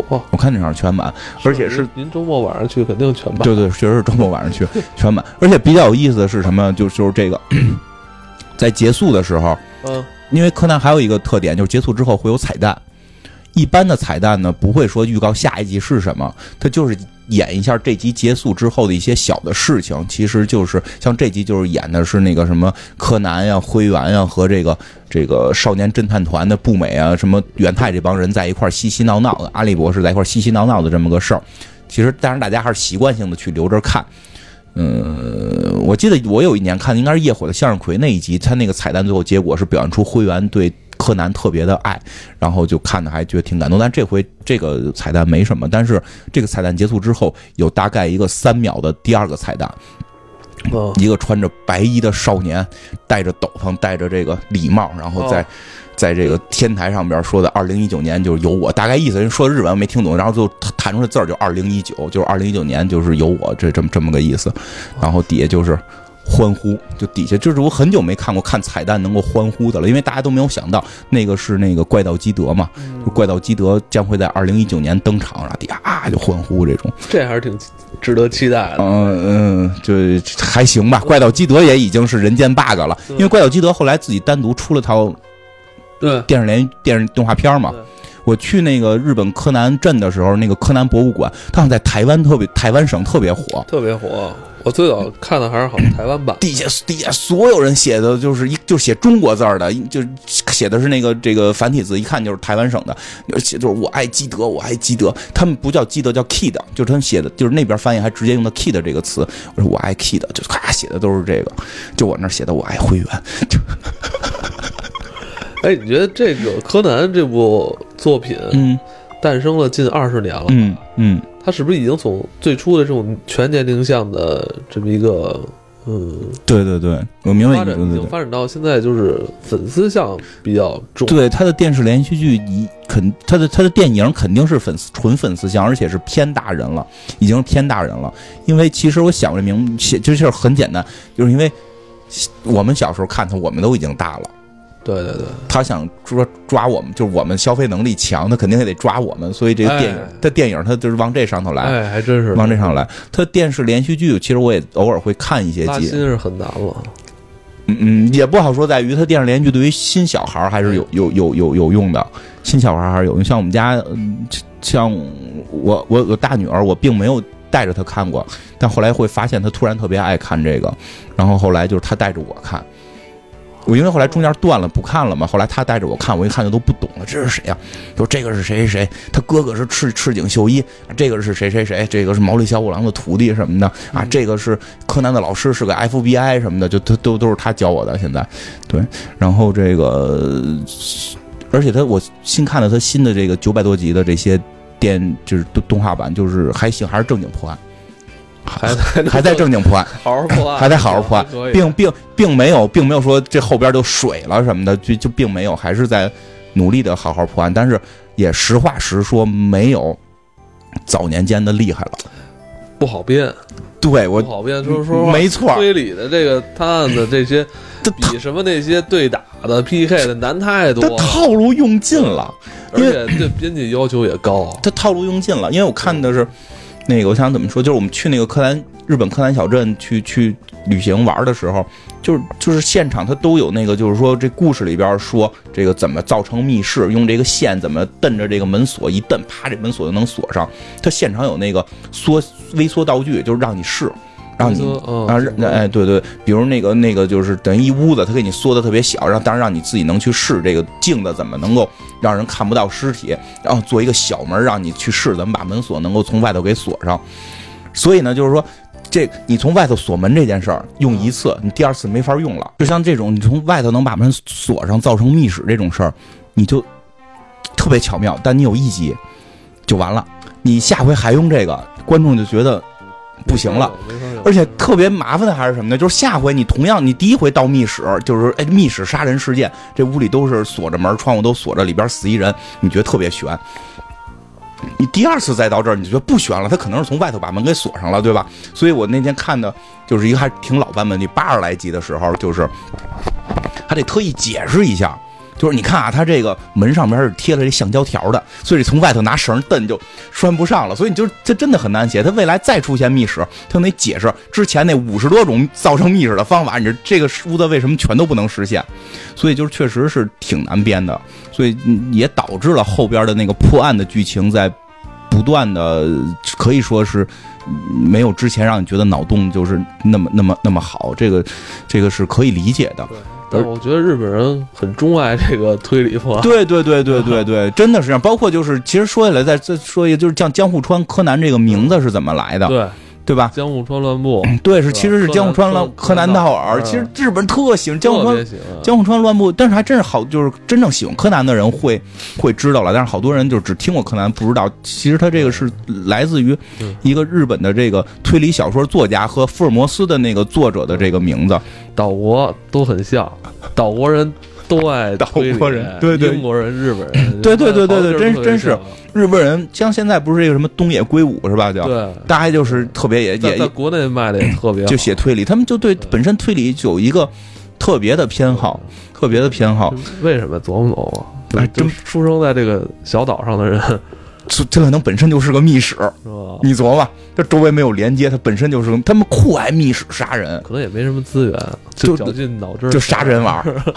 A: 哇，
B: 我看那场是全满，而且是
A: 您您周末晚上去肯定全满。
B: 对对，确实是周末晚上去全满。而且比较有意思的是什么？就就是这个， <clears throat> 在结束的时候，
A: 嗯，
B: 因为柯南还有一个特点，就是结束之后会有彩蛋。一般的彩蛋呢，不会说预告下一集是什么，它就是演一下这集结束之后的一些小的事情。其实就是像这集就是演的是那个什么柯南呀、灰原呀和这个这个少年侦探团的步美啊、什么元太这帮人在一块儿嬉嬉闹闹的，阿笠博士在一块儿嬉嬉闹闹的这么个事儿。其实，当然大家还是习惯性的去留着看。嗯，我记得我有一年看的应该是夜火的向日葵那一集，他那个彩蛋最后结果是表现出灰原对柯南特别的爱，然后就看的还觉得挺感动。但这回这个彩蛋没什么，但是这个彩蛋结束之后有大概一个三秒的第二个彩蛋，
A: 嗯，
B: 一个穿着白衣的少年，戴着斗篷，戴着这个礼帽，然后在、
A: 哦
B: 在这个天台上边说的“二零一九年就是有我”，大概意思人说日文我没听懂，然后就弹出来字儿就“二零一九”，就是二零一九年就是有我这这么这么个意思，然后底下就是。欢呼，就底下就是我很久没看过看彩蛋能够欢呼的了，因为大家都没有想到那个是那个怪盗基德嘛，
A: 嗯
B: 就怪盗基德将会在二零一九年登场，然后底下啊就欢呼这种。
A: 这还是挺值得期待的。
B: 嗯嗯，就还行吧。怪盗基德也已经是人间 bug 了，因为怪盗基德后来自己单独出了套
A: 对，
B: 电视连电视动画片嘛
A: 对。
B: 我去那个日本柯南镇的时候，那个柯南博物馆，它好像在台湾特别，台湾省特别火。
A: 特别火。我最早看的还是好像台湾版。
B: 底下底下所有人写的就是一就写中国字儿的，一就是写的是那个这个繁体字，一看就是台湾省的，就写就是我爱基德，我爱基德。他们不叫基德，叫 kid，就是他们写的，就是那边翻译还直接用的 kid 这个词。我说我爱 kid，就咔写的都是这个，就我那儿写的我爱灰原。
A: 哎，你觉得这个柯南这部作品
B: 嗯
A: 诞生了近二十年了，
B: 嗯嗯，
A: 它是不是已经从最初的这种全年龄向的这么一个嗯，
B: 对对对，我明白
A: 发
B: 你
A: 展
B: 的
A: 已
B: 对
A: 经
B: 对。
A: 发展到现在就是粉丝向比较重，
B: 对他的电视连续剧，你肯他的他的电影肯定是粉丝纯粉丝向，而且是偏大人了，已经是偏大人了。因为其实我想不明，其这事儿很简单，就是因为我们小时候看他，我们都已经大了。
A: 对对对，
B: 他想抓抓我们，就是我们消费能力强，他肯定也得抓我们。所以这个电影
A: 哎，
B: 他电影他就是往这上头来，
A: 哎，还真是
B: 往这上头来。他电视连续剧，其实我也偶尔会看一些
A: 拉新
B: 集，
A: 是很难了，
B: 嗯嗯，也不好说，在于他电视连续剧对于新小孩儿还是有有有有有用的，新小孩儿还是有用。像我们家，嗯像我我我大女儿，我并没有带着她看过，但后来会发现她突然特别爱看这个，然后后来就是她带着我看。我因为后来中间断了不看了嘛，后来她带着我看，我一看就都不懂了，这是谁呀、说这个是谁谁谁，他哥哥是赤赤井秀一，这个是谁谁谁，这个是毛利小五郎的徒弟什么的啊，这个是柯南的老师，是个 FBI 什么的，就都都都是他教我的。现在，对，然后这个，而且他我新看了他新的这个九百多集的这些电，就是动动画版，就是还行，还是正经破案，
A: 还
B: 还
A: 还
B: 还在正经破案。
A: 好好破案，
B: 还得好好破案
A: 可以，
B: 并并并没有，并没有说这后边就水了什么的，就就并没有，还是在努力的好好破案，但是也实话实说，没有早年间的厉害了。
A: 不好编，
B: 对我
A: 不，好编，说哦说实话
B: 没错儿，
A: 推理的这个探案的这些，
B: 这
A: 比什么那些对打的 PK 的难太多
B: 他
A: 了，
B: 套路用尽了，
A: 而且对编辑要求也高。
B: 他套路用尽了。因为我看的是那个，我想怎么说，就是我们去那个柯南日本柯南小镇去去旅行玩的时候，就是就是现场他都有那个，就是说这故事里边说这个怎么造成密室，用这个线怎么蹬着这个门锁一蹬，啪这门锁就能锁上。他现场有那个缩微缩道具，就是让你试，让你
A: 说嗯
B: 啊，让哎，对对，比如那个那个就是等于一屋子，他给你缩的特别小，让当然让你自己能去试这个镜子怎么能够让人看不到尸体，然后做一个小门让你去试怎么把门锁能够从外头给锁上。所以呢，就是说。这你从外头锁门这件事儿用一次，你第二次没法用了。就像这种你从外头能把门锁上造成密室这种事儿，你就特别巧妙。但你有一集就完了，你下回还用这个，观众就觉得不行了。，
A: 没法用
B: 而且特别麻烦的还是什么呢？就是下回你同样，你第一回到密室，就是哎，密室杀人事件，这屋里都是锁着门，窗户都锁着，里边死一人，你觉得特别悬。你第二次再到这儿，你就觉得不悬了，他可能是从外头把门给锁上了，对吧？所以我那天看的就是一个还挺老版本的八十来集的时候，就是还得特意解释一下。就是你看啊，它这个门上边是贴了这橡胶条的，所以从外头拿绳蹬就拴不上了，所以你就这真的很难写。它未来再出现密室，它得解释之前那五十多种造成密室的方法，你这这个屋子为什么全都不能实现？所以就是确实是挺难编的，所以嗯也导致了后边的那个破案的剧情在不断的可以说是嗯没有之前让你觉得脑洞就是那么那么那么好，这个这个是可以理解的。
A: 对，但我觉得日本人很钟爱这个推理破案，
B: 对对对对对对，真的是这样。包括就是，其实说起来，再再说一个，就是像江户川柯南这个名字是怎么来的，
A: 对，
B: 对吧？
A: 江户川乱步，
B: 对，是
A: 是吧
B: 其实是江户川乱
A: 柯
B: 柯
A: 南
B: 南道尔。
A: 柯南道尔嗯
B: 其实日本人特喜欢江户
A: 特别
B: 川
A: 喜欢
B: 江户川乱步，但是还真是好，就是真正喜欢柯南的人会会知道了。但是好多人就只听过柯南，不知道其实他这个是来自于
A: 嗯
B: 一个日本的这个推理小说作家和福尔摩斯的那个作者的这个名字。
A: 岛国都很像，岛国人都爱
B: 岛
A: 推理
B: 国人对对
A: 英国人、日本人，
B: 对对对对对
A: 好多
B: 真
A: 地儿都
B: 真是
A: 像
B: 日本人像现在不是这个什么东野圭吾是吧？叫
A: 对。
B: 大概就是特别也
A: 在
B: 也
A: 在国内卖的也特别好，
B: 就写推理，他们就对
A: 对嗯
B: 本身推理有一个特别的偏好，特别的偏好。
A: 为什么琢磨琢磨？
B: 哎
A: 就
B: 真
A: 是出生在这个小岛上的人，是
B: 这这可能本身就是个密室，
A: 吧？
B: 你琢磨吧，这周围没有连接，它本身就是个他们酷爱密室杀人，
A: 可能也没什么资源，
B: 就
A: 绞尽脑汁儿
B: 就杀人玩儿。
A: <laughs>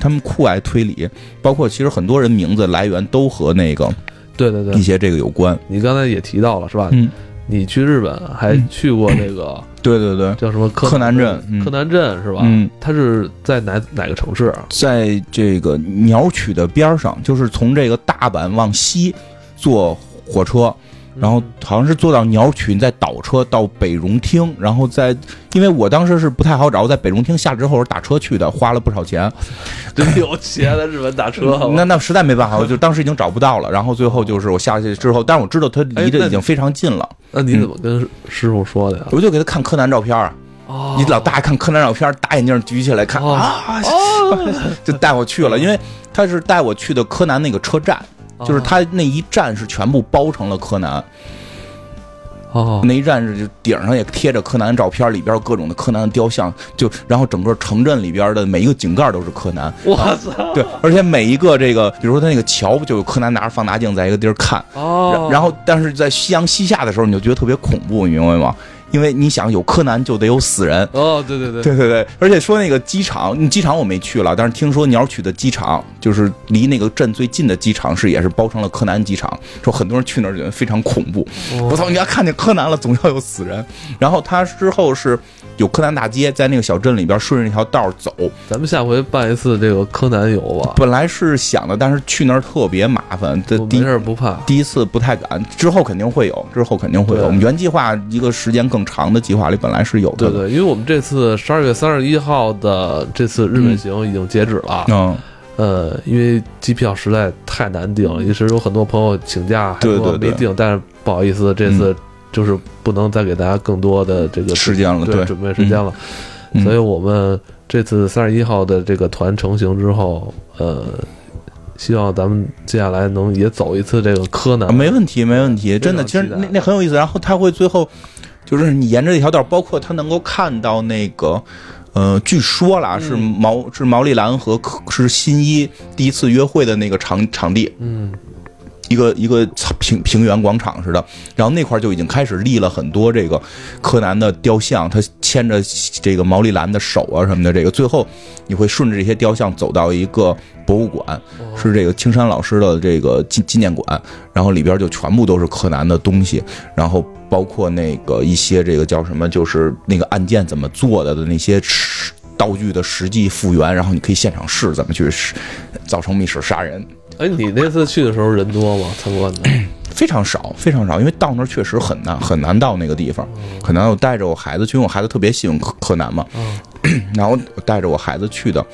B: 他们酷爱推理，包括其实很多人名字来源都和那个
A: 对对
B: 一
A: 对，
B: 些这个有关。
A: 你刚才也提到了是吧？
B: 嗯，
A: 你去日本还去过那个
B: 对对对，
A: 叫什么柯
B: 柯南镇嗯
A: 柯南镇是吧？
B: 嗯，
A: 它是在哪哪个城市啊？
B: 在这个鸟取的边儿上，就是从这个大阪往西坐火车，
A: 嗯
B: 然后好像是坐到鸟取，再倒车到北荣町，然后再，因为我当时是不太好找，我在北荣町下来之后我是打车去的，花了不少钱。 <laughs>
A: 真有钱，在日本打车。 <laughs> 好吧
B: 嗯那那实在没办法，我就当时已经找不到了。然后最后就是我下去之后，但是我知道它离
A: 哎那
B: 得已经非常近了，
A: 那你怎么跟师傅说的呀？
B: 我就给他看柯南照片啊，
A: 哦
B: 你老大看柯南老片儿，大眼镜举起来看
A: 哦
B: 啊，
A: 哦，
B: 就带我去了，因为他是带我去的柯南那个车站，就是他那一站是全部包成了柯南，
A: 哦，
B: 那一站是就顶上也贴着柯南照片，里边各种的柯南的雕像，就然后整个城镇里边的每一个井盖都是柯
A: <laughs>
B: 南，
A: 我操，
B: 对，而且每一个这个，比如说他那个桥，就有柯南拿着放大镜在一个地儿看，
A: 哦
B: 然，然后但是在夕阳西下的时候，你就觉得特别恐怖，你明白吗？因为你想有柯南就得有死人，
A: 哦，对对对，
B: 对对对，而且说那个机场，嗯机场我没去了，但是听说鸟取的机场就是离那个镇最近的机场是也是包成了柯南机场，说很多人去那儿觉得非常恐怖。
A: 哦
B: 我操，你要看见柯南了，总要有死人。然后他之后是有柯南大街，在那个小镇里边顺着那条道儿走，
A: 咱们下回办一次这个柯南游吧，
B: 本来是想的，但是去那儿特别麻烦。这
A: 我
B: 第
A: 没事儿不怕。
B: 第一次不太敢，之后肯定会有，之后肯定会有。
A: 对
B: 我们原计划一个时间更长的计划里本来是有的，
A: 对对，因为我们这次十二月三十一号的这次日本行已经截止了，
B: 嗯，
A: 呃，因为机票实在太难订了，也是有很多朋友请假还
B: 对
A: 说
B: 嗯对嗯
A: 没
B: 对
A: 订，但是不好意思，这次就是不能再给大家更多的这个
B: 时间了，
A: 对
B: 对，
A: 准备时间了，
B: 嗯
A: 所以我们这次三十一号的这个团成型之后，呃，希望咱们接下来能也走一次这个柯南，
B: 啊嗯没问题，没问题，
A: 非常
B: 真的，其实
A: 期待
B: 那那很有意思。然后他会最后，就是你沿着这条道，包括他能够看到那个，呃，据说啦
A: 嗯
B: 是毛是毛利兰和柯是新一第一次约会的那个场场地，
A: 嗯，
B: 一个一个草平平原广场似的，然后那块儿就已经开始立了很多这个柯南的雕像，他牵着这个毛利兰的手啊什么的，这个最后你会顺着这些雕像走到一个博物馆，
A: 哦
B: 是这个青山老师的这个纪纪念馆，然后里边就全部都是柯南的东西，然后包括那个一些这个叫什么，就是那个案件怎么做的的那些实道具的实际复原，然后你可以现场试怎么去实造成密室杀人。
A: 哎，你那次去的时候人多吗？参观的？
B: <clears throat> 非常少，非常少，因为到那儿确实很难，很难到那个地方，很难。我带着我孩子去，因为我孩子特别喜欢柯柯南嘛，
A: 嗯
B: 然后我带着我孩子去的。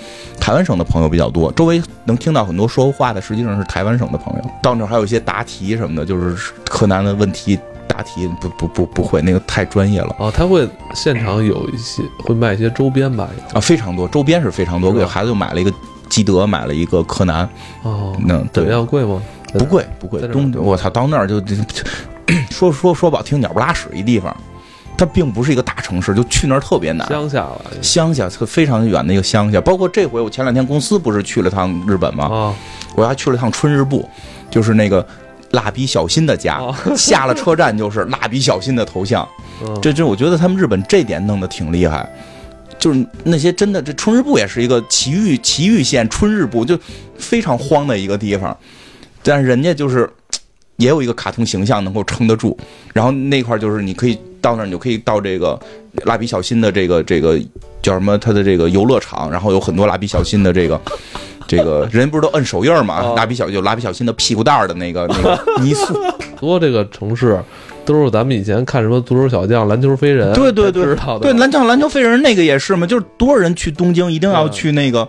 B: 台湾省的嗯朋友比较多，周围能听到很多说话的，实际上是台湾省的嗯朋友。到那儿还有一些答题什么的，就是柯南的问题答题不不不不会，那个太专业了。
A: 哦，他会现场有一些会卖一些周边吧？也
B: 啊，非常多，周边是非常多。
A: 是
B: 我
A: 吧
B: 给孩子又买了一个基德，买了一个柯南，
A: 哦，
B: 嗯，
A: 怎
B: 对
A: 么，样贵吗？
B: 不贵不贵
A: 在，这儿
B: 东我操，到那儿就就说说说不好听，鸟不拉屎一地方，它并不是一个大城市，就去那儿特别难。
A: 乡下了
B: 乡下特非常远的一个乡下，包括这回我前两天公司不是去了趟日本吗？
A: 啊
B: 我还去了趟春日部，就是那个蜡笔小新的家，
A: 啊！
B: 下了车站就是蜡笔小新的头像。
A: 嗯
B: 这这，我觉得他们日本这点弄得挺厉害，就是那些真的，这春日部也是一呃个崎玉崎玉县春日部就非常荒的一个地方，但是人家就是嘖也有一个卡通形象能够撑得住，然后那块儿就是你可以到那儿，你就可以到这个蜡笔小新的这个这个叫什么，它的这个游乐场，然后有很多蜡笔小新的这个。这个人不是都摁手印儿吗
A: 哦？
B: 蜡笔小有蜡笔小新的屁股蛋儿的那个那
A: <laughs>
B: 个泥塑，
A: 很多这个城市都是咱们以前看什么足球小将、篮球飞人，
B: 对对对
A: 才知道的
B: 对，篮球篮球飞人那个也是嘛，就是多少人去东京一定要
A: 对
B: 去那个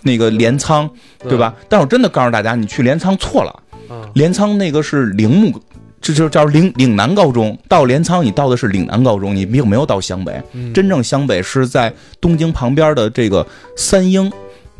B: 那个镰仓，
A: 嗯
B: 对？吧？但是我真的告诉大家，你去镰仓错了，
A: 啊
B: 镰仓那个是铃木，这就叫岭岭南高中。到镰仓，你到的是岭南高中，你并没有到湘北。
A: 嗯
B: 真正湘北是在东京旁边的这个三鹰。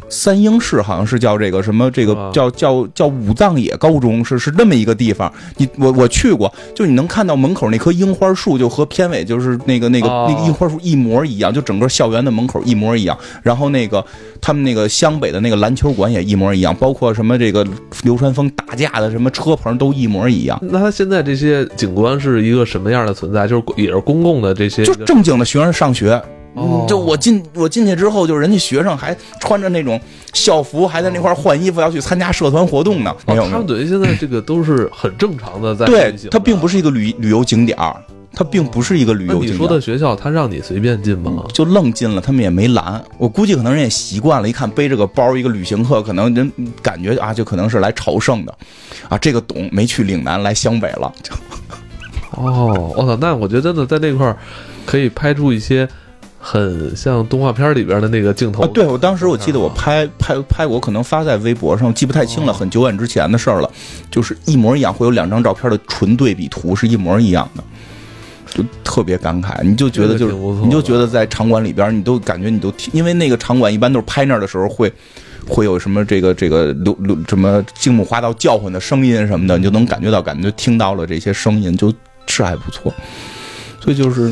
B: 三鹰市好像是叫这个什么，这
A: 啊
B: 个叫叫叫武藏野高中，是是那么一个地方。你我我去过，就你能看到门口那棵樱花树，就和片尾就是那个那个、
A: 哦
B: 那个樱花树一模一样，就整个校园的门口一模一样。然后那个他们那个湘北的那个篮球馆也一模一样，包括什么这个流川枫打架的什么车棚都一模一样。
A: 那他现在这些景观是一个什么样的存在？就是也是公共的这些，
B: 嗯就正经的学生上学。
A: 哦
B: 嗯就我进我进去之后，就人家学生还穿着那种校服，还在那块儿换衣服，要去参加社团活动呢。没有
A: 哦，
B: 没
A: 他
B: 有
A: 们，等于现在这个都是很正常的在
B: 对
A: 运行的，
B: 它并不是一个旅旅游景点儿，它并不是一个旅
A: 那
B: 游
A: 你
B: 景
A: 说
B: 点
A: 的
B: 儿。
A: 学校，他让你随便进吗？
B: 就愣进了，他们也没拦。我估计可能人也习惯了，一看背着个包，一个旅行客，可能人感觉啊，就可能是来朝圣的，啊，这个懂，没去岭南，来湘北了。就
A: 哦，我操！那我觉得真的在那块儿可以拍出一些很像动画片里边的嗯那个镜头
B: 啊，对，我当时我记得我拍拍拍，我可能发在微博上，记不太清
A: 嗯
B: 了，很久远之前的事儿了。就是一模一样，会有两张照片的纯对比图是一模一样的，就特别感慨，你就觉得就
A: 这个
B: 是
A: 挺不错的
B: 你就觉得在场馆里边，你都感觉你都听因为那个场馆一般都是拍那儿的时候会。会有什么这个这个流流什么静木花道叫唤的声音什么的，你就能感觉到，感觉听到了这些声音，就是还不错。所以就是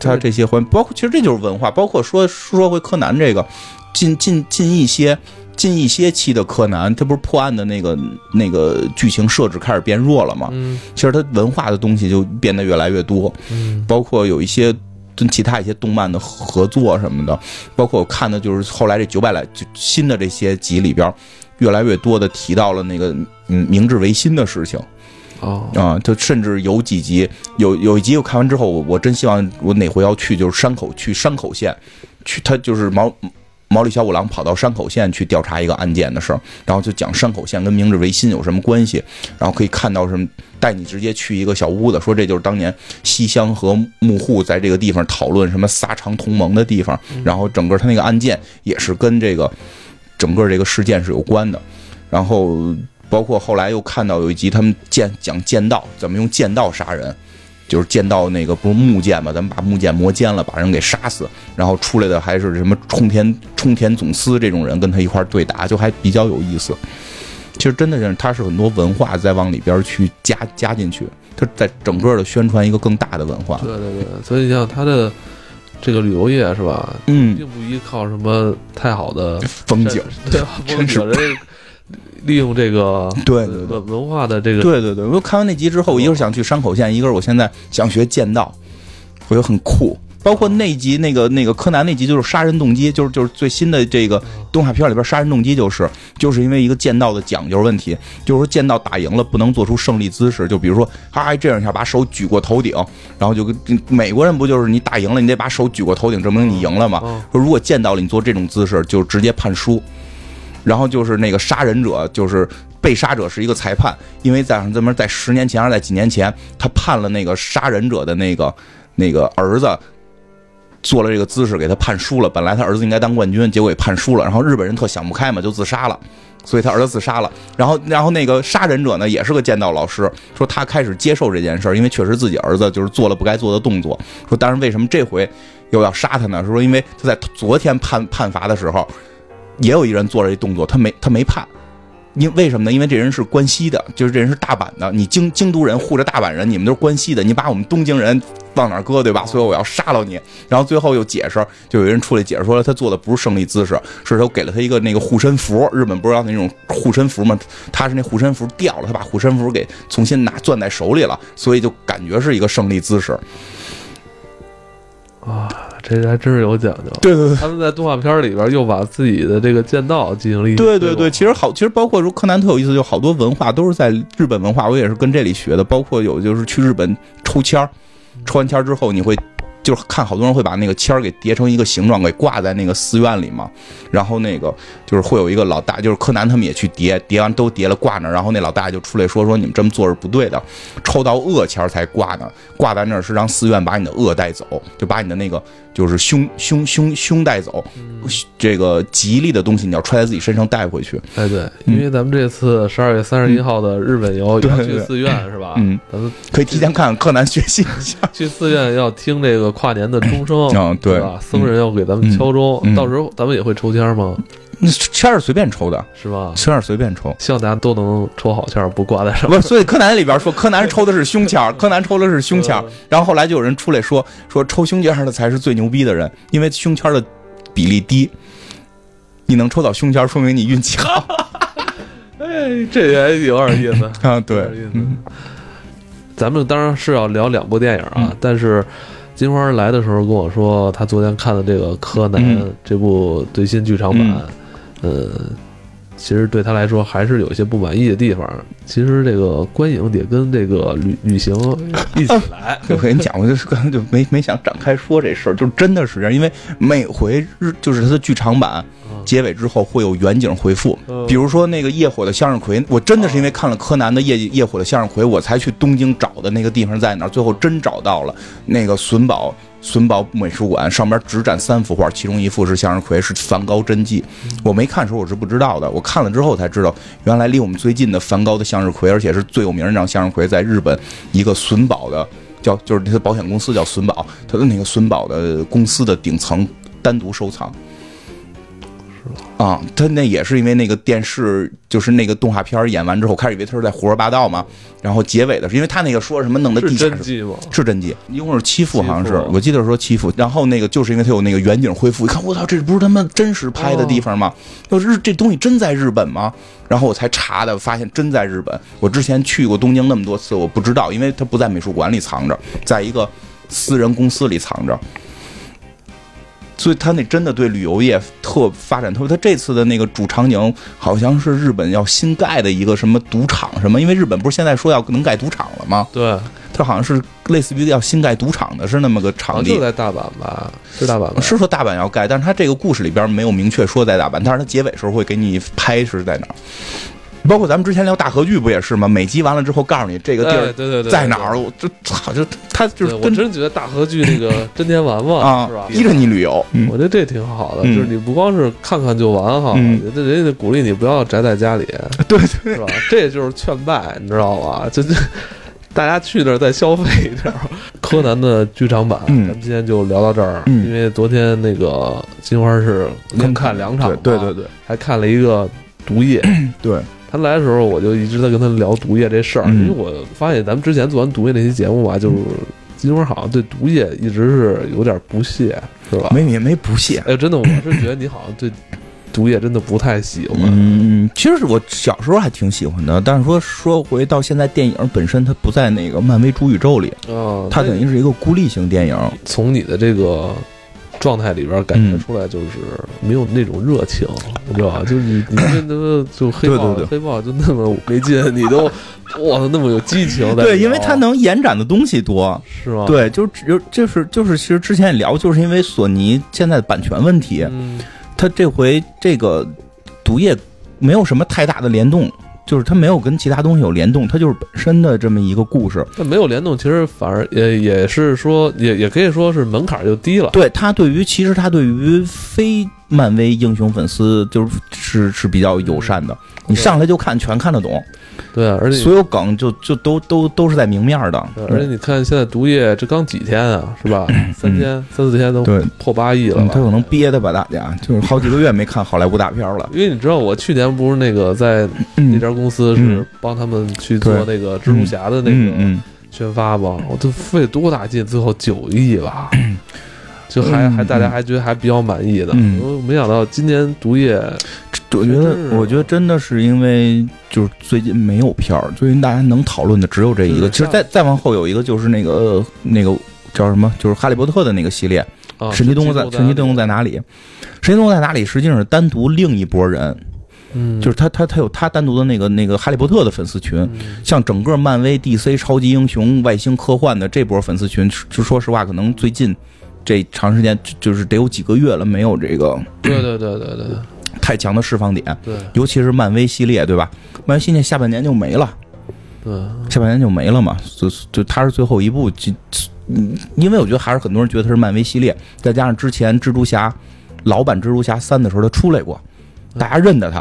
B: 他这些环，包括其实这就是文化，包括说说回柯南这个，近近近一些近一些期的柯南，他不是破案的那个那个剧情设置开始变弱了吗？
A: 嗯
B: 其实它文化的东西就变得越来越多，
A: 嗯，
B: 包括有一些跟其他一些动漫的合作什么的，包括我看的就是后来这九百来就新的这些集里边儿，越来越多的提到了那个嗯明治维新的事情。
A: 哦，
B: 啊，就甚至有几集，有有一集我看完之后，我我真希望我哪回要去，就是山口去山口县，去他就是毛毛利小五郎跑到山口县去调查一个案件的事儿，然后就讲山口县跟明治维新有什么关系，然后可以看到什么，带你直接去一个小屋子，说这就是当年西乡和幕户在这个地方讨论什么撒长同盟的地方，然后整个他那个案件也是跟这个整个这个事件是有关的，然后包括后来又看到有一集他们剑讲剑道，怎么用剑道杀人，就是剑道那个不是木剑嘛，咱们把木剑磨尖了，把人给杀死，然后出来的还是什么冲田冲田总司这种人跟他一块儿对打，就还比较有意思。其实真的是，它是很多文化在往里边去加加进去，它在整个的宣传一个更大的文化。
A: 啊对对对，所以你像他的这个旅游业是吧，
B: 嗯，
A: 并不依靠什么太好的
B: <laughs> 风景，，
A: <laughs> 对吧？风
B: <laughs> 真是
A: 景，人家利用这个呃
B: 对对对
A: 文文化的这个
B: 对对对，我看完那集之后，我一个是想去山口县，一个是我现在想学剑道，我觉得很酷。包括那集那个那个柯南那集就是杀人动机，就是就是最新的这个动画片里边杀人动机就是就是因为一个剑道的讲究问题，就是说剑道打赢了不能做出胜利姿势，就比如说哈这样一下把手举过头顶，然后就跟美国人不就是你打赢了你得把手举过头顶证明你赢了嘛，
A: 哦
B: 说如果见到了你做这种姿势，就直接判输。然后就是那个杀人者，就是被杀者是一个裁判，因为在咱们在十年前还是在几年前，他判了那个杀人者的那个那个儿子。做了这个姿势，给他判输了。本来他儿子应该当冠军，结果也判输了。然后日本人特想不开嘛，就自杀了，所以他儿子自杀了。然后，然后那个杀人者呢，也是个剑道老师，说他开始接受这件事儿，因为确实自己儿子就是做了不该做的动作。说，但是为什么这回又要杀他呢？是说因为他在昨天判判罚的时候，也有一人做了一动作，他没他没判。因为什么呢？因为这人是关西的，就是这人是大阪的。你京京都人护着大阪人，你们都是关西的，你把我们东京人往哪儿搁，对吧？所以我要杀了你。然后最后又解释，就有人出来解释说他做的不是胜利姿势，是他给了他一个那个护身符。日本不是要那种护身符吗？他是那护身符掉了，他把护身符给重新拿攥在手里了，所以就感觉是一个胜利姿势。
A: 啊，这还真是有讲究。
B: 对对对。
A: 他们在动画片里边又把自己的这个剑道进行了一
B: 对对对，，其实好，其实包括说柯南特有意思，就好多文化都是在日本文化，我也是跟这里学的，包括有就是去日本抽签儿，抽完签儿之后你会。就是看好多人会把那个签儿给叠成一个形状，给挂在那个寺院里嘛。然后那个就是会有一个老大，就是柯南他们也去叠，叠完都叠了挂那儿。然后那老大就出来说说你们这么做是不对的，抽到恶签儿才挂呢，挂在那儿是让寺院把你的恶带走，就把你的那个就是凶凶凶凶带走。这个吉利的东西你要揣在自己身上带回去。
A: 哎对，因为咱们这次十二月三十一号的日本游
B: 对
A: 要
B: 嗯对
A: 去
B: 对
A: 寺院是吧？
B: 嗯，
A: 咱们
B: 可以提前看看柯南学习一下。
A: 去寺院要听这个跨年的钟声，
B: 嗯对
A: 是吧？僧人要给咱们敲钟
B: 嗯嗯，
A: 到时候咱们也会抽签吗？
B: <laughs> 那签儿是随便抽的，
A: 是吧？
B: 签儿是随便抽。
A: 希望大家都能抽好签，不挂在上
B: <laughs> 不是，所以柯南里边说柯南抽的是胸 <laughs> 签儿，柯南抽的是胸签儿
A: 嗯。
B: 然后后来就有人出来说说抽胸签儿的才是最牛逼的人，因为胸签儿的比例低。你能抽到胸签儿，说明你运气好
A: 哎， <laughs> 这也有点意 <laughs> 思。
B: <laughs> 啊！对
A: 有点意思，嗯咱们当然是要聊两部电影啊，
B: 嗯
A: 但是金花来的时候跟我说，她昨天看的这个《柯南》
B: 嗯
A: 这部最新剧场版，呃，其实对她来说还是有一些不满意的地方。其实这个观影得跟这个旅旅行一起来，
B: 哎我跟你讲，我就是刚才就没没想展开说这事儿，就真的是这样，因为每回日就是它的剧场版
A: 嗯
B: 结尾之后会有远景回复，
A: 嗯
B: 比如说那个夜火的向日葵，我真的是因为看了柯南的夜夜火的向日葵，我才去东京找的那个地方在哪儿，最后真找到了那个榫宝。榫宝美术馆上边只展三幅画，其中一幅是向日葵，是梵高真迹。我没看的时候我是不知道的，我看了之后才知道，原来离我们最近的梵高的向日葵，而且是最有名的那张向日葵，在日本一个榫宝的叫就是他的保险公司叫损保，他的那个损保的公司的顶层单独收藏。啊，他那也是因为那个电视，就是那个动画片儿演完之后，开始以为他是在胡说八道嘛，然后结尾的是因为他那个说什么弄的地
A: 是
B: 下
A: 真迹吗？
B: 是真迹，一共是七幅，好像
A: 七
B: 是
A: 幅
B: 我记得是说七幅。然后那个就是因为他有那个远景恢复，一看我操，这不是他妈真实拍的地方吗？要日这东西真在日本吗？然后我才查的，发现真在日本。我之前去过东京那么多次，我不知道，因为它不在美术馆里藏着，在一个私人公司里藏着。所以他那真的对旅游业特发展特别。他这次的那个主场景好像是日本要新盖的一个什么赌场什么，因为日本不是现在说要能盖赌场了吗？
A: 对，
B: 它好像是类似于要新盖赌场的，是那么个
A: 好
B: 场
A: 像
B: 地
A: 哦就。在大阪吧，是大阪吧？
B: 是说大阪要盖，但是它这个故事里边没有明确说在大阪，但是它结尾时候会给你拍是在哪儿。包括咱们之前聊大和剧不也是吗？每集完了之后告诉你这个地
A: 哎对
B: 儿
A: 对对对
B: 在哪儿，我这操，就它就
A: 对
B: 是
A: 我
B: 跟
A: 真觉得大河剧那 <laughs> 个真田丸嘛，
B: 啊
A: 是吧？
B: 依着你旅游，嗯
A: 我觉得这挺好的，
B: 嗯
A: 就是你不光是看看就完哈，
B: 嗯
A: 人家人家鼓励你不要宅在
B: <laughs>
A: 家里，
B: 对
A: 对，是吧？这就是劝败，你知道吧？就就大家去那儿再消费，你知道吗？柯南的剧场版，
B: 嗯
A: 咱们今天就聊到这儿，
B: 嗯
A: 因为昨天那个金花是连看两场嘛，啊
B: 对对对
A: 还看了一个毒液。
B: 对，
A: 他来的时候，我就一直在跟他聊毒液这事儿，因
B: 嗯
A: 为我发现咱们之前做完毒液那期节目吧，就是金花好像对毒液一直是有点不屑，是吧？
B: 没也没不屑。
A: 哎，真的，我是觉得你好像对毒液真的不太喜欢。
B: 嗯，其实我小时候还挺喜欢的，但是说说回到现在，电影本身它不在那个漫威主宇宙里，
A: 嗯，
B: 它
A: 那
B: 等于是一个孤立型电影。
A: 从你的这个状态里边感觉
B: 嗯
A: 出来，就是没有那种热情，你知道吧？就是你你这他妈就黑豹，
B: 对对对
A: 黑豹就那么没劲，你都哇那么有激情在里头，
B: 对，因为它能延展的东西多。
A: 是吗？，
B: 对，就是只有就是就是，其实之前也聊，就是因为索尼现在的版权问题，
A: 嗯，
B: 它这回这个毒液没有什么太大的联动，就是它没有跟其他东西有联动，它就是本身的这么一个故事。
A: 但没有联动，其实反而也也是说，也也可以说是门槛就低了。
B: 对它对于其实它对于非漫威英雄粉丝就是是是比较友善的，你
A: 对
B: 上来就看全看得懂，
A: 对，啊而且
B: 所有梗就就都都都是在明面儿的
A: 对。而且你看现在毒液这刚几天啊，是吧？三天三四天都
B: 嗯对，
A: 破八亿了
B: 嗯
A: 吧，
B: 他可能憋的吧，大家就是好几个月没看好莱坞大片儿了。
A: 因为你知道，我去年不是那个在
B: 嗯
A: 那家公司是帮他们去做那个蜘蛛侠的那
B: 嗯
A: 个
B: 嗯，
A: 宣发嘛，我都费多大劲，最后九亿
B: <clears throat>
A: 吧，就还
B: 嗯
A: 还大家
B: 嗯
A: 还觉得还比较满意的。
B: 嗯
A: 我没想到今年毒液
B: 我觉
A: 确实
B: 得，
A: 是
B: 我觉得真的是因为就是最近没有片儿，最近大家能讨论的只有这一
A: 对
B: 个。其实
A: 像
B: 再再往后有一个就是那个呃那个叫什么，就是哈利波特的那个系列，
A: 啊，
B: 神奇动物在哦神奇动物
A: 在，
B: 在哪里？神奇动物在哪里？实际上是单独另一拨人，
A: 嗯，
B: 就是他他他有他单独的那个那个哈利波特的粉丝群。
A: 嗯
B: 像整个漫威、DC 超级英雄、外星科幻的这波粉丝群，就说实话，可能最近这长时间就就是得有几个月了，没有这个
A: 对对对对对
B: 太强的释放点。
A: 对
B: 尤其是漫威系列，对吧？漫威系列下半年就没了，
A: 对，
B: 下半年就没了嘛。就就它是最后一部，就嗯，因为我觉得还是很多人觉得它是漫威系列，再加上之前蜘蛛侠老版蜘蛛侠三的时候它出来过，大家认得它，